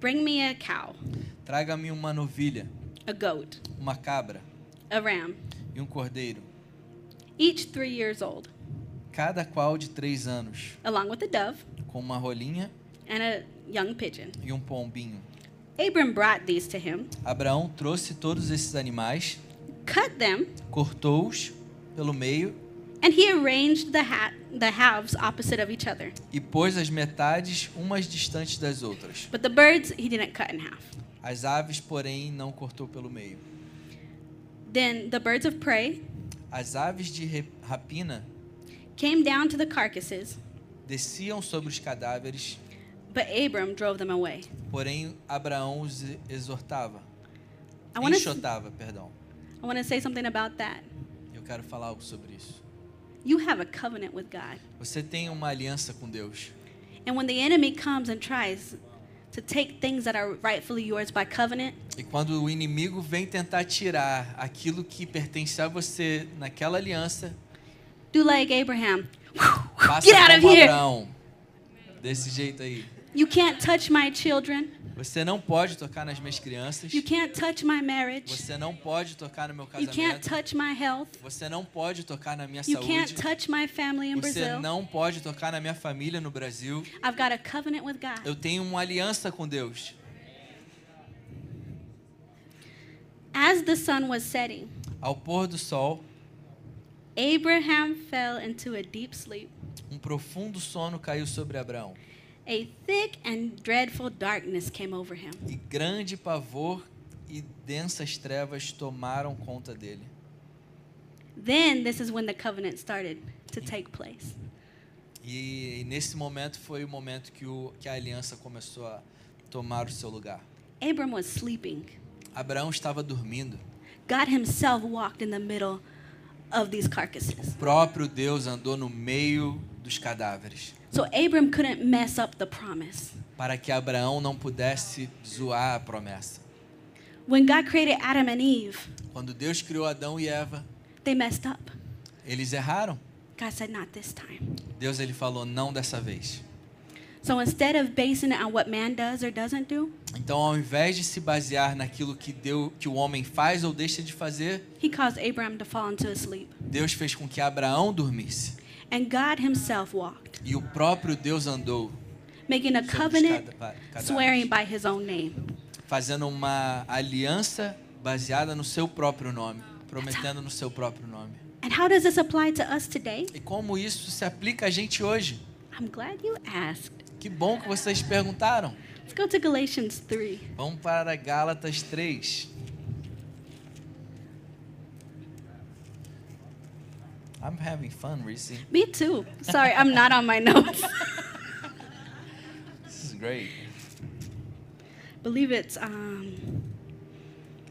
S1: Bring me a cow,
S2: Traga-me uma novilha,
S1: a goat,
S2: uma cabra
S1: a ram,
S2: e um cordeiro,
S1: each three years old,
S2: cada qual de três anos,
S1: along with a dove
S2: com uma rolinha
S1: and a young pigeon.
S2: e um pombinho.
S1: Abram brought these to him,
S2: Abraão trouxe todos esses animais,
S1: cut them,
S2: cortou-os pelo meio
S1: and he arranged the, ha- the halves opposite of each other.
S2: e pôs as metades umas distantes das outras.
S1: But the birds he didn't cut in half.
S2: As aves, porém, não cortou pelo meio.
S1: Then the birds of prey
S2: As aves de re- rapina
S1: came down to the carcasses,
S2: desciam sobre os cadáveres,
S1: but Abram drove them away.
S2: porém Abraão os exortava,
S1: I want to
S2: enxotava, perdão.
S1: I want to say something about that.
S2: Eu quero falar algo sobre isso.
S1: You have a covenant with God.
S2: Você tem uma aliança com Deus.
S1: And when the enemy comes and tries to take things that are rightfully yours by covenant,
S2: E quando o inimigo vem tentar tirar aquilo que pertence a você naquela aliança,
S1: do like Abraham.
S2: passa
S1: Get out of
S2: como
S1: here.
S2: Abraão. Desse jeito aí.
S1: You can't touch my children.
S2: Você não pode tocar nas minhas crianças.
S1: You can't touch my marriage.
S2: Você não pode tocar no meu
S1: You can't
S2: casamento.
S1: touch my health.
S2: Você não pode tocar na minha
S1: You can't
S2: saúde.
S1: touch my family in
S2: Você
S1: Brazil.
S2: não pode tocar na minha família no Brasil.
S1: I've got a covenant with God.
S2: Eu tenho uma aliança com Deus.
S1: As the sun was setting,
S2: Ao pôr do sol,
S1: Abraham fell into a deep sleep.
S2: um profundo sono caiu sobre Abraão,
S1: A thick and dreadful darkness came over him.
S2: e grande pavor e densas trevas tomaram conta dele.
S1: Then this is when the covenant started to take place.
S2: E nesse momento foi o momento que, o, que a aliança começou a tomar o seu lugar.
S1: Abram was sleeping.
S2: Abraão estava dormindo.
S1: God himself walked in the middle of these
S2: O
S1: carcasses.
S2: próprio Deus andou no meio dos cadáveres
S1: So Abram couldn't mess up the promise.
S2: para que Abraão não pudesse zoar a promessa.
S1: When God created Adam and Eve,
S2: Quando Deus criou Adão e Eva,
S1: they messed up.
S2: eles erraram.
S1: God said, not this time.
S2: Deus ele falou não dessa vez.
S1: So instead of basing it on what man does or doesn't do,
S2: Então, ao invés de se basear naquilo que deu, que o homem faz ou deixa de fazer,
S1: he caused Abram to fall into a sleep.
S2: Deus fez com que Abraão dormisse
S1: And God himself walked,
S2: e o próprio Deus andou
S1: making a
S2: sobre os
S1: covenant,
S2: cada- cadáveres,
S1: swearing by his own name.
S2: fazendo uma aliança baseada no seu próprio nome, prometendo no seu próprio nome.
S1: And how does this apply to us today?
S2: E como isso se aplica a gente hoje?
S1: I'm glad you asked.
S2: Que bom que vocês perguntaram.
S1: Let's go to Galatians 3.
S2: Vamos para Gálatas 3. I'm having fun, Reese.
S1: Me too. Sorry, I'm not on my notes.
S2: This is great.
S1: Believe it's um,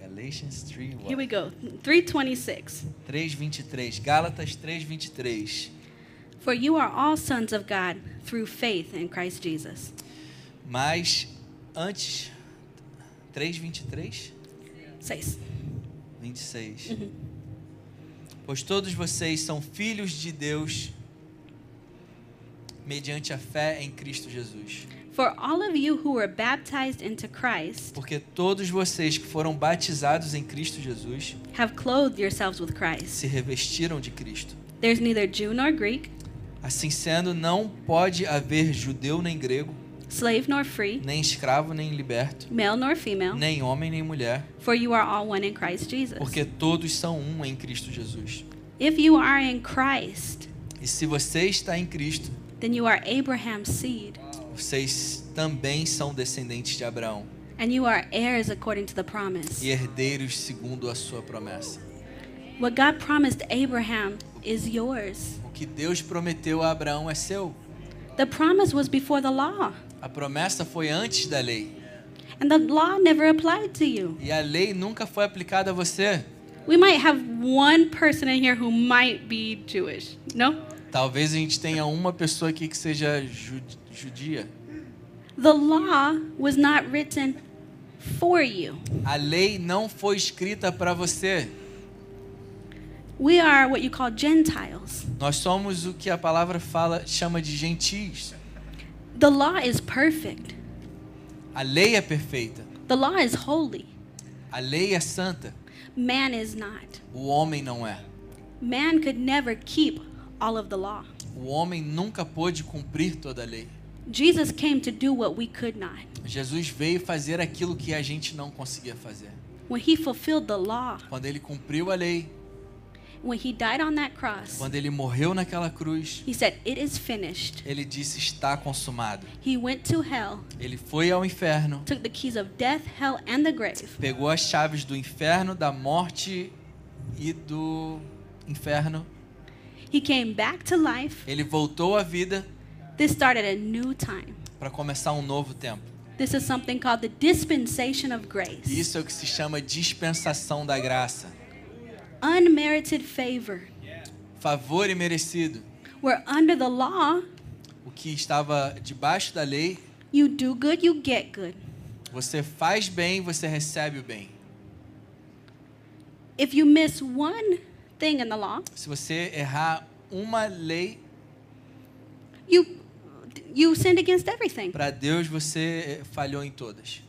S2: Galatians 3,
S1: here we
S2: what?
S1: go. 326.
S2: 3:23. Gálatas 3:23.
S1: For you are all sons of God through faith in Christ Jesus.
S2: Mas antes 3:23,
S1: Says.
S2: 26. Pois todos vocês são filhos de Deus mediante a fé em Cristo Jesus.
S1: For all of you who were baptized into Christ
S2: Porque todos vocês que foram batizados em Cristo Jesus
S1: have clothed yourselves with Christ.
S2: se revestiram de Cristo.
S1: There's neither Jew nor Greek,
S2: Assim sendo, não pode haver judeu nem grego,
S1: slave nor free,
S2: nem escravo nem liberto,
S1: male nor female,
S2: nem homem nem mulher,
S1: for you are all one in Christ Jesus.
S2: porque todos são um em Cristo Jesus.
S1: If you are in Christ,
S2: E se você está em Cristo,
S1: then you are Abraham's seed,
S2: vocês também são descendentes de Abraão
S1: and you are heirs according to the promise.
S2: e herdeiros segundo a sua promessa.
S1: What God promised Abraham is yours.
S2: O que Deus prometeu a Abraão é seu.
S1: The promise was before the law,
S2: A promessa foi antes da lei
S1: and the law never applied to you.
S2: e a lei nunca foi aplicada a você.
S1: We might have one person in here who might be Jewish. No?
S2: Talvez a gente tenha uma pessoa aqui que seja ju- judia.
S1: The law was not written for you,
S2: A lei não foi escrita para você.
S1: We are what you call Gentiles.
S2: Nós somos o que a palavra fala chama de gentis.
S1: The law is perfect,
S2: A lei é perfeita,
S1: the law is holy.
S2: a lei é santa,
S1: Man is not.
S2: o homem não é.
S1: Man could never keep all of the law.
S2: O homem nunca pôde cumprir toda a lei.
S1: Jesus came to do what we could not.
S2: Jesus veio fazer aquilo que a gente não conseguia fazer.
S1: When he fulfilled the law,
S2: Quando ele cumpriu a lei,
S1: when he died on that cross,
S2: quando ele morreu naquela cruz,
S1: he said, It is finished.
S2: ele disse: Está consumado.
S1: He went to hell,
S2: Ele foi ao inferno,
S1: took the keys of death, hell, and the grave.
S2: pegou as chaves do inferno, da morte e do inferno.
S1: He came back to life.
S2: Ele voltou à vida
S1: This started a new time.
S2: para começar um novo tempo.
S1: This is something called the dispensation of
S2: E
S1: grace
S2: isso é o que se chama dispensação da graça.
S1: unmerited favor.
S2: Favor imerecido.
S1: Where under the law,
S2: O que estava debaixo da lei,
S1: you do good, you get good.
S2: você faz bem, você recebe o bem.
S1: If you miss one thing in the law,
S2: Se você errar uma lei,
S1: you you sinned against everything.
S2: para Deus você eh, falhou em todas.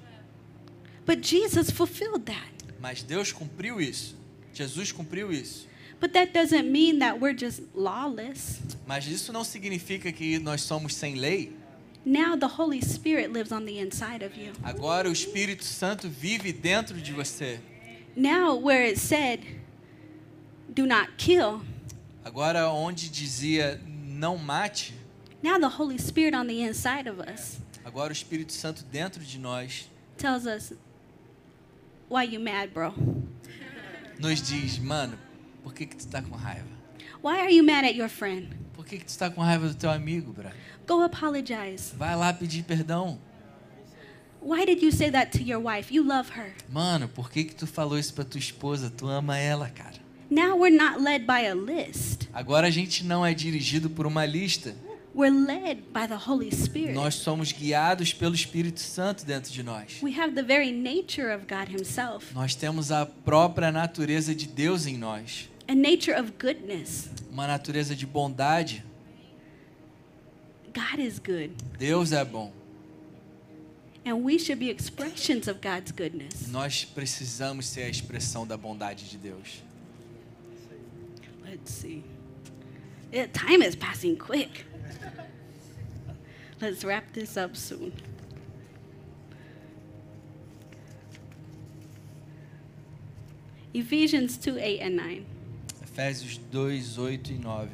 S1: But Jesus fulfilled that.
S2: Mas Deus cumpriu isso. Jesus cumpriu isso.
S1: But that doesn't mean that we're just lawless.
S2: Mas isso não significa que nós somos sem lei.
S1: Now the Holy Spirit lives on the inside of you.
S2: Agora o Espírito Santo vive dentro de você.
S1: Now where it said do not kill,
S2: Agora onde dizia não mate,
S1: now the Holy Spirit on the inside of us
S2: agora o Espírito Santo dentro de nós
S1: tells us why you mad, bro?
S2: nos diz, mano, por que que tu tá com raiva?
S1: Why are you mad at your friend?
S2: Por que que tu tá com raiva do teu amigo, bro?
S1: Go apologize.
S2: Vai lá pedir perdão.
S1: Why did you say that to your wife? You love her.
S2: Mano, por que que tu falou isso pra tua esposa? Tu ama ela, cara.
S1: Now we're not led by a list.
S2: Agora a gente não é dirigido por uma lista.
S1: We're led by the Holy Spirit.
S2: Nós somos guiados pelo Espírito Santo dentro de nós.
S1: We have the very nature of God Himself,
S2: Nós temos a própria natureza de Deus em nós,
S1: a nature of goodness.
S2: uma natureza de bondade.
S1: God is good,
S2: Deus é bom.
S1: and we should be expressions of God's goodness.
S2: Nós precisamos ser a expressão da bondade de Deus.
S1: Let's see. Yeah, time is passing quick. Let's wrap this up soon. Ephesians 2 8 and 9.
S2: Efésios 2, 8 e 9.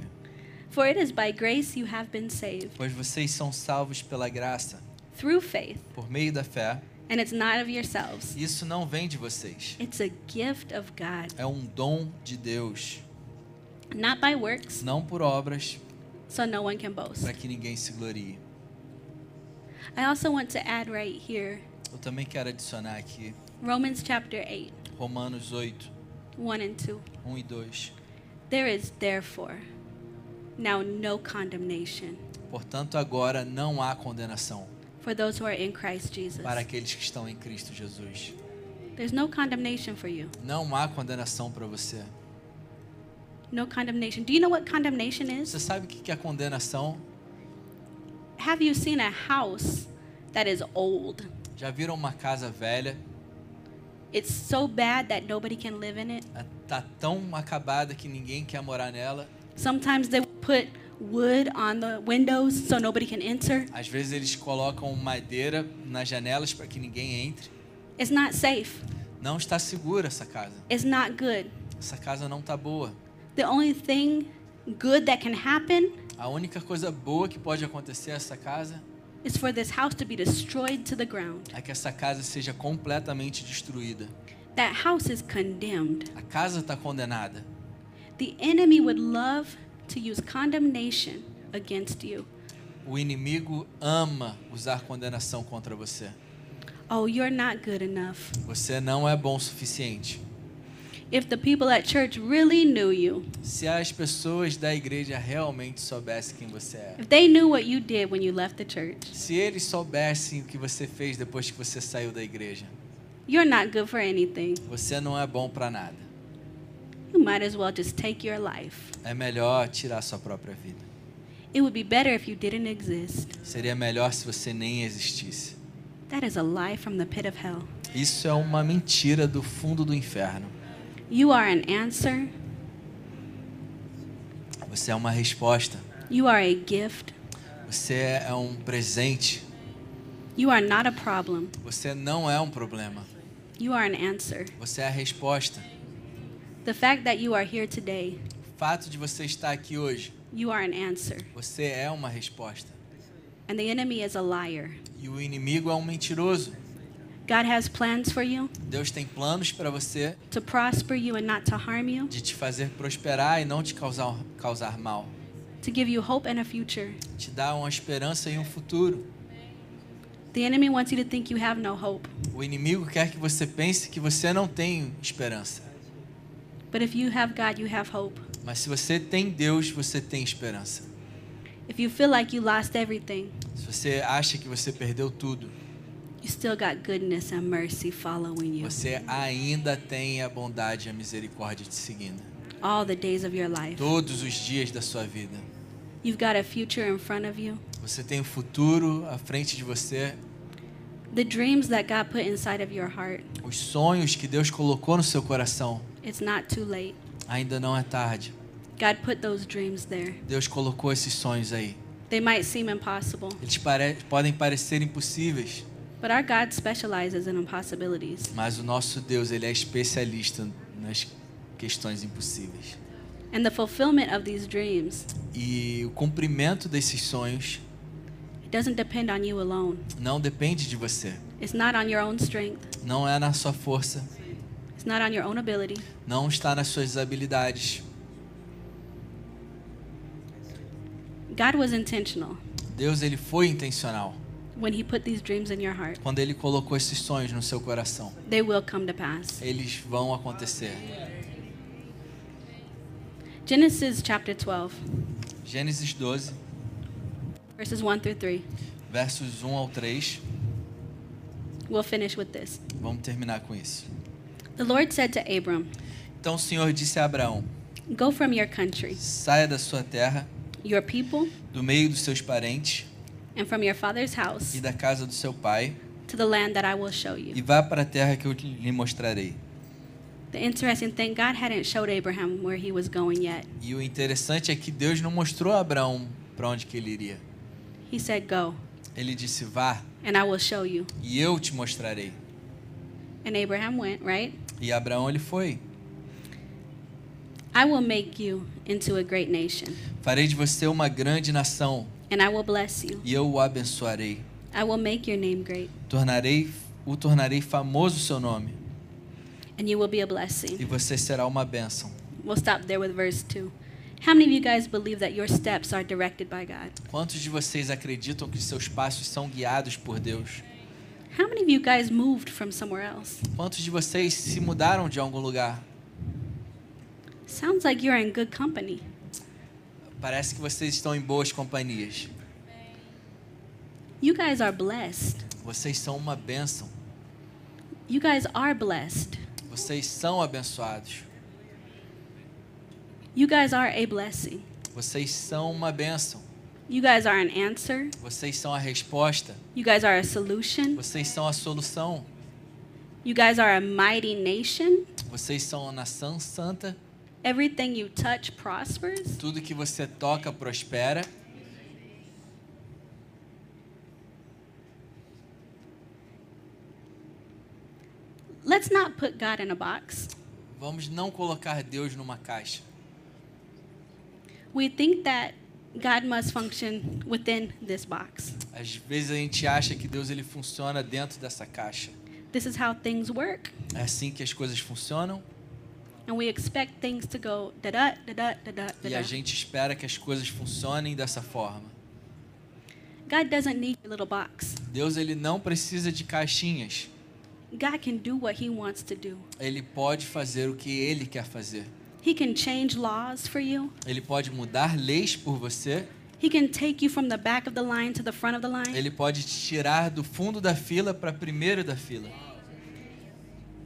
S1: For it is by grace you have been saved,
S2: Pois vocês são salvos pela graça,
S1: through faith,
S2: por meio da fé.
S1: and it's not of yourselves.
S2: Isso não vem de vocês.
S1: It's a gift of God,
S2: É um dom de Deus,
S1: not by works,
S2: não por obras,
S1: so no one can boast.
S2: para que ninguém se glorie.
S1: I also want to add right here
S2: Eu também quero adicionar aqui
S1: Romans chapter 8,
S2: Romanos 8,
S1: 1 and 2.
S2: 1 e 2.
S1: There is therefore now no condemnation
S2: Portanto, agora não há condenação
S1: for those who are in Christ Jesus.
S2: para aqueles que estão em Cristo Jesus.
S1: There's no condemnation for you.
S2: Não há condenação para você.
S1: No condemnation. Do you know what condemnation is?
S2: Você sabe o que que é condenação?
S1: Have you seen a house that is old?
S2: Já viram uma casa velha?
S1: It's so bad that nobody can live in it.
S2: Tá tão acabada que ninguém quer morar nela.
S1: Sometimes they put wood on the windows so nobody can enter.
S2: Às vezes eles colocam madeira nas janelas para que ninguém entre.
S1: It's not safe.
S2: Não está segura essa casa.
S1: It's not good.
S2: Essa casa não tá boa.
S1: The only thing good that can happen
S2: A única coisa boa que pode acontecer a essa casa
S1: is for this house to be destroyed to the ground.
S2: é que essa casa seja completamente destruída.
S1: That house is condemned.
S2: A casa está condenada.
S1: The enemy would love to use condemnation against you.
S2: O inimigo ama usar condenação contra você.
S1: Oh, you're not good enough.
S2: Você não é bom o suficiente.
S1: If the people at church really knew you,
S2: Se as pessoas da igreja realmente soubessem quem você é,
S1: if they knew what you did when you left the church,
S2: se eles soubessem o que você fez depois que você saiu da igreja,
S1: you're not good for anything.
S2: você não é bom para nada.
S1: you might as well just take your life.
S2: É melhor tirar sua própria vida.
S1: It would be better if you didn't exist.
S2: Seria melhor se você nem existisse.
S1: That is a lie from the pit of hell.
S2: Isso é uma mentira do fundo do inferno.
S1: You are an answer,
S2: Você é uma resposta.
S1: you are a gift,
S2: Você é um presente.
S1: you are not a problem,
S2: Você não é um problema.
S1: you are an answer.
S2: Você é a resposta.
S1: The fact that you are here today,
S2: O fato de você estar aqui hoje,
S1: you are an answer.
S2: você é uma resposta.
S1: And the enemy is a liar.
S2: E o inimigo é um mentiroso.
S1: God has plans for you
S2: Deus tem planos para você
S1: to prosper you and not to harm you,
S2: de te fazer prosperar e não te causar, causar mal.
S1: to give you hope and a future.
S2: Te dar uma esperança e um futuro.
S1: The enemy wants you to think you have no hope.
S2: O inimigo quer que você pense que você não tem esperança.
S1: But if you have God, you have hope.
S2: Mas se você tem Deus, você tem esperança.
S1: If you feel like you lost everything,
S2: Se você acha que você perdeu tudo,
S1: you still got goodness and mercy following you
S2: você ainda tem a bondade e a misericórdia te seguindo.
S1: all the days of your life.
S2: Todos os dias da sua vida.
S1: You've got a future in front of you.
S2: Você tem o futuro à frente de você,
S1: The dreams that God put inside of your heart,
S2: os sonhos que Deus colocou no seu coração.
S1: it's not too late.
S2: Ainda não é tarde.
S1: God put those dreams there.
S2: Deus colocou esses sonhos aí.
S1: They might seem impossible,
S2: Eles pare- podem parecer impossíveis,
S1: but our God specializes in impossibilities.
S2: mas o nosso Deus, ele é especialista nas questões impossíveis.
S1: And the fulfillment of these dreams
S2: E o cumprimento desses sonhos
S1: it doesn't depend on you alone.
S2: não depende de você.
S1: It's not on your own strength.
S2: Não é na sua força,
S1: It's not on your own ability.
S2: não está nas suas habilidades.
S1: God was intentional
S2: Deus, ele foi intencional
S1: when he put these dreams in your heart.
S2: quando ele colocou esses sonhos no seu coração.
S1: They will come to pass.
S2: Eles vão acontecer.
S1: Genesis chapter 12,
S2: Gênesis 12,
S1: verses 1 through 3.
S2: versos 1 ao 3.
S1: We'll finish with this.
S2: Vamos terminar com isso.
S1: The Lord said to Abram,
S2: Então o Senhor disse a Abraão:
S1: Go from your country,
S2: Saia da sua terra,
S1: your people,
S2: do meio dos seus parentes
S1: and from your father's
S2: e
S1: house
S2: da casa do seu pai,
S1: to the land that I will show you.
S2: e vá para a terra que eu lhe mostrarei.
S1: The interesting thing, God hadn't showed Abraham where he was going yet.
S2: E o interessante é que Deus não mostrou a Abraão para onde que ele iria.
S1: He said, Go,
S2: Ele disse: Vá,
S1: and I will show you.
S2: e eu te mostrarei.
S1: And Abraham went, right?
S2: E Abraão ele foi.
S1: I will make you into a great nation,
S2: Farei de você uma grande nação,
S1: and I will bless you.
S2: e eu o abençoarei.
S1: I will make your name great,
S2: Tornarei o tornarei famoso o seu nome,
S1: and you will be a
S2: e
S1: blessing.
S2: você será uma bênção.
S1: We'll stop there with verse 2. How many of you guys believe that your steps are directed by God?
S2: Quantos de vocês acreditam que seus passos são guiados por Deus?
S1: How many of you guys moved from somewhere else?
S2: Quantos de vocês se mudaram de algum lugar?
S1: Sounds like you're in good company.
S2: Parece que vocês estão em boas companhias.
S1: You guys are blessed.
S2: Vocês são uma bênção.
S1: You guys are blessed.
S2: Vocês são abençoados.
S1: You guys are a blessing.
S2: Vocês são uma bênção.
S1: You guys are an answer.
S2: Vocês são a resposta.
S1: You guys are a solution.
S2: Vocês são a solução.
S1: You guys are a mighty nation.
S2: Vocês são a nação santa.
S1: Everything you touch prospers.
S2: Tudo que você toca prospera.
S1: Let's not put God in a box.
S2: Vamos não colocar Deus numa caixa.
S1: We think that God must function within this box.
S2: Às vezes a gente acha que Deus ele funciona dentro dessa caixa.
S1: This is how things work,
S2: É assim que as coisas funcionam
S1: and we expect things to go da da da da da da.
S2: e a
S1: da.
S2: gente espera que as coisas funcionem dessa forma.
S1: God doesn't need your little box.
S2: Deus ele não precisa de caixinhas.
S1: God can do what He wants to do.
S2: Ele pode fazer o que ele quer fazer.
S1: He can change laws for you.
S2: Ele pode mudar leis por você.
S1: He can take you from the back of the line to the front of the line.
S2: Ele pode te tirar do fundo da fila para primeiro da fila.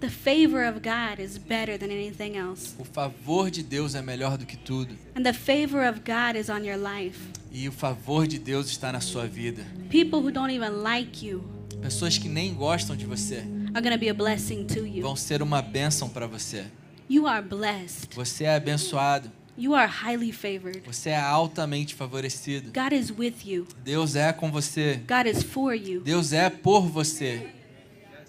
S1: The favor of God is better than anything else.
S2: O favor de Deus é melhor do que tudo.
S1: And the favor of God is on your life.
S2: E o favor de Deus está na sua vida.
S1: People who don't even like you
S2: Pessoas que nem gostam de você
S1: are going to be a blessing to you.
S2: vão ser uma bênção para você.
S1: You are blessed.
S2: Você é abençoado.
S1: You are highly favored.
S2: Você é altamente favorecido.
S1: God is with you.
S2: Deus é com você.
S1: God is for you.
S2: Deus é por você.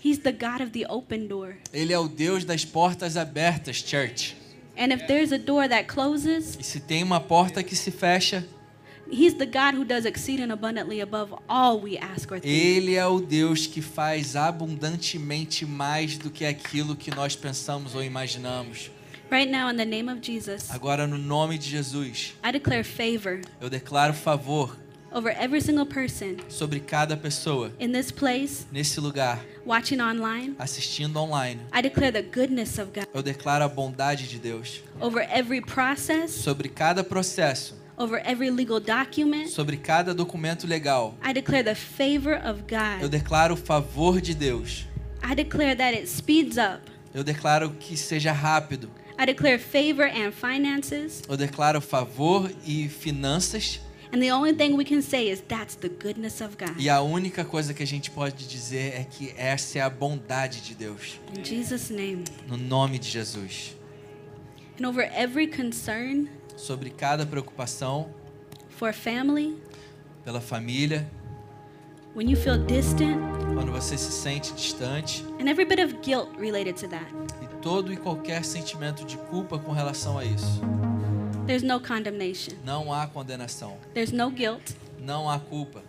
S1: He's the God of the open door.
S2: Ele é o Deus das portas abertas, church.
S1: And if there's a door that closes,
S2: E se tem uma porta que se fecha,
S1: He's the God who does exceed and abundantly above all we ask or think.
S2: Ele é o Deus que faz abundantemente mais do que aquilo que nós pensamos ou imaginamos.
S1: Right now, in the name of Jesus,
S2: Agora, no nome de Jesus,
S1: I declare favor
S2: eu declaro favor
S1: over every single person
S2: sobre cada pessoa
S1: in this place,
S2: nesse lugar,
S1: watching online.
S2: assistindo online.
S1: I declare the goodness of God
S2: Eu declaro a bondade de Deus
S1: over every process,
S2: sobre cada processo,
S1: over every legal document.
S2: sobre cada documento legal.
S1: I declare the favor of
S2: Eu
S1: God.
S2: declaro o favor de Deus.
S1: I declare that it speeds up.
S2: Eu declaro que seja rápido.
S1: I declare favor and finances.
S2: Eu declaro favor e finanças.
S1: And the only thing we can say is that's the goodness of God.
S2: E a única coisa que a gente pode dizer é que essa é a bondade de Deus,
S1: In Jesus' name.
S2: no nome de Jesus.
S1: And over every concern
S2: Sobre cada preocupação
S1: for family,
S2: pela família,
S1: when you feel distant,
S2: quando você se sente distante,
S1: and every bit of guilt related to that,
S2: e todo e qualquer sentimento de culpa com relação a isso.
S1: there's no condemnation,
S2: Não há condenação,
S1: there's no guilt.
S2: não há culpa.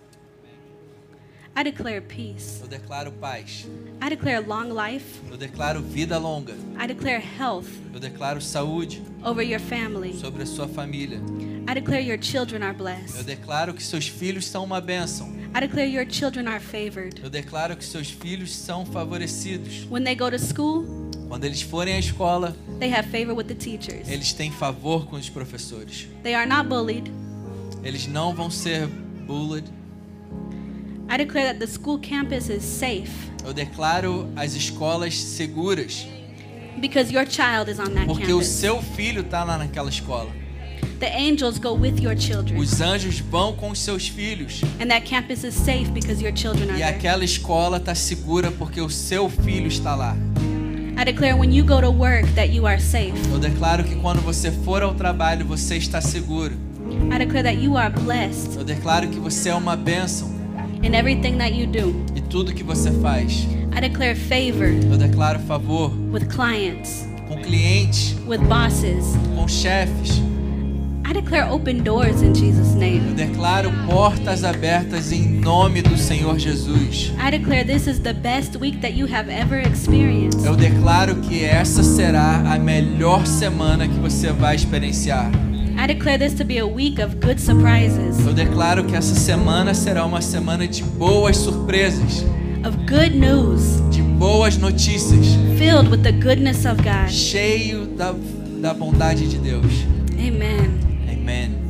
S1: I declare peace.
S2: Eu declaro paz,
S1: I declare long life.
S2: eu declaro vida longa,
S1: I declare health
S2: eu declaro saúde
S1: over your family.
S2: sobre a sua família.
S1: I declare your children are
S2: Eu
S1: blessed.
S2: declaro que seus filhos são uma bênção.
S1: I declare your children are favored.
S2: Eu declaro que seus filhos são favorecidos.
S1: When they go to school,
S2: Quando eles forem à escola,
S1: they have favor with the teachers.
S2: Eles têm favor com os professores.
S1: They are not bullied.
S2: Eles não vão ser bullied.
S1: I declare that the school campus is safe
S2: Eu declaro as escolas seguras,
S1: because your child is on that
S2: porque o
S1: campus.
S2: seu filho está lá naquela escola.
S1: The angels go with your children.
S2: Os anjos vão com os seus filhos
S1: And that campus is safe because your children are
S2: e
S1: there.
S2: aquela escola está segura porque o seu filho está lá.
S1: I declare when you go to work that you are safe.
S2: Eu declaro que quando você for ao trabalho você está seguro.
S1: I declare that you are blessed
S2: Eu declaro que você é uma bênção
S1: in everything that you do.
S2: e tudo que você faz.
S1: I declare favor
S2: Eu declaro favor
S1: with clients,
S2: com clientes,
S1: with bosses.
S2: com chefes.
S1: I declare open doors in Jesus'
S2: Eu
S1: name.
S2: declaro portas abertas em nome do Senhor Jesus.
S1: I declare this is the best week that you have ever experienced.
S2: Eu declaro que essa será a melhor semana que você vai experienciar.
S1: I declare this to be a week of good surprises,
S2: Eu declaro que essa semana será uma semana de boas surpresas,
S1: of good news,
S2: de boas notícias,
S1: filled with the goodness of God.
S2: cheio da, da bondade de Deus.
S1: Amen.
S2: Amém.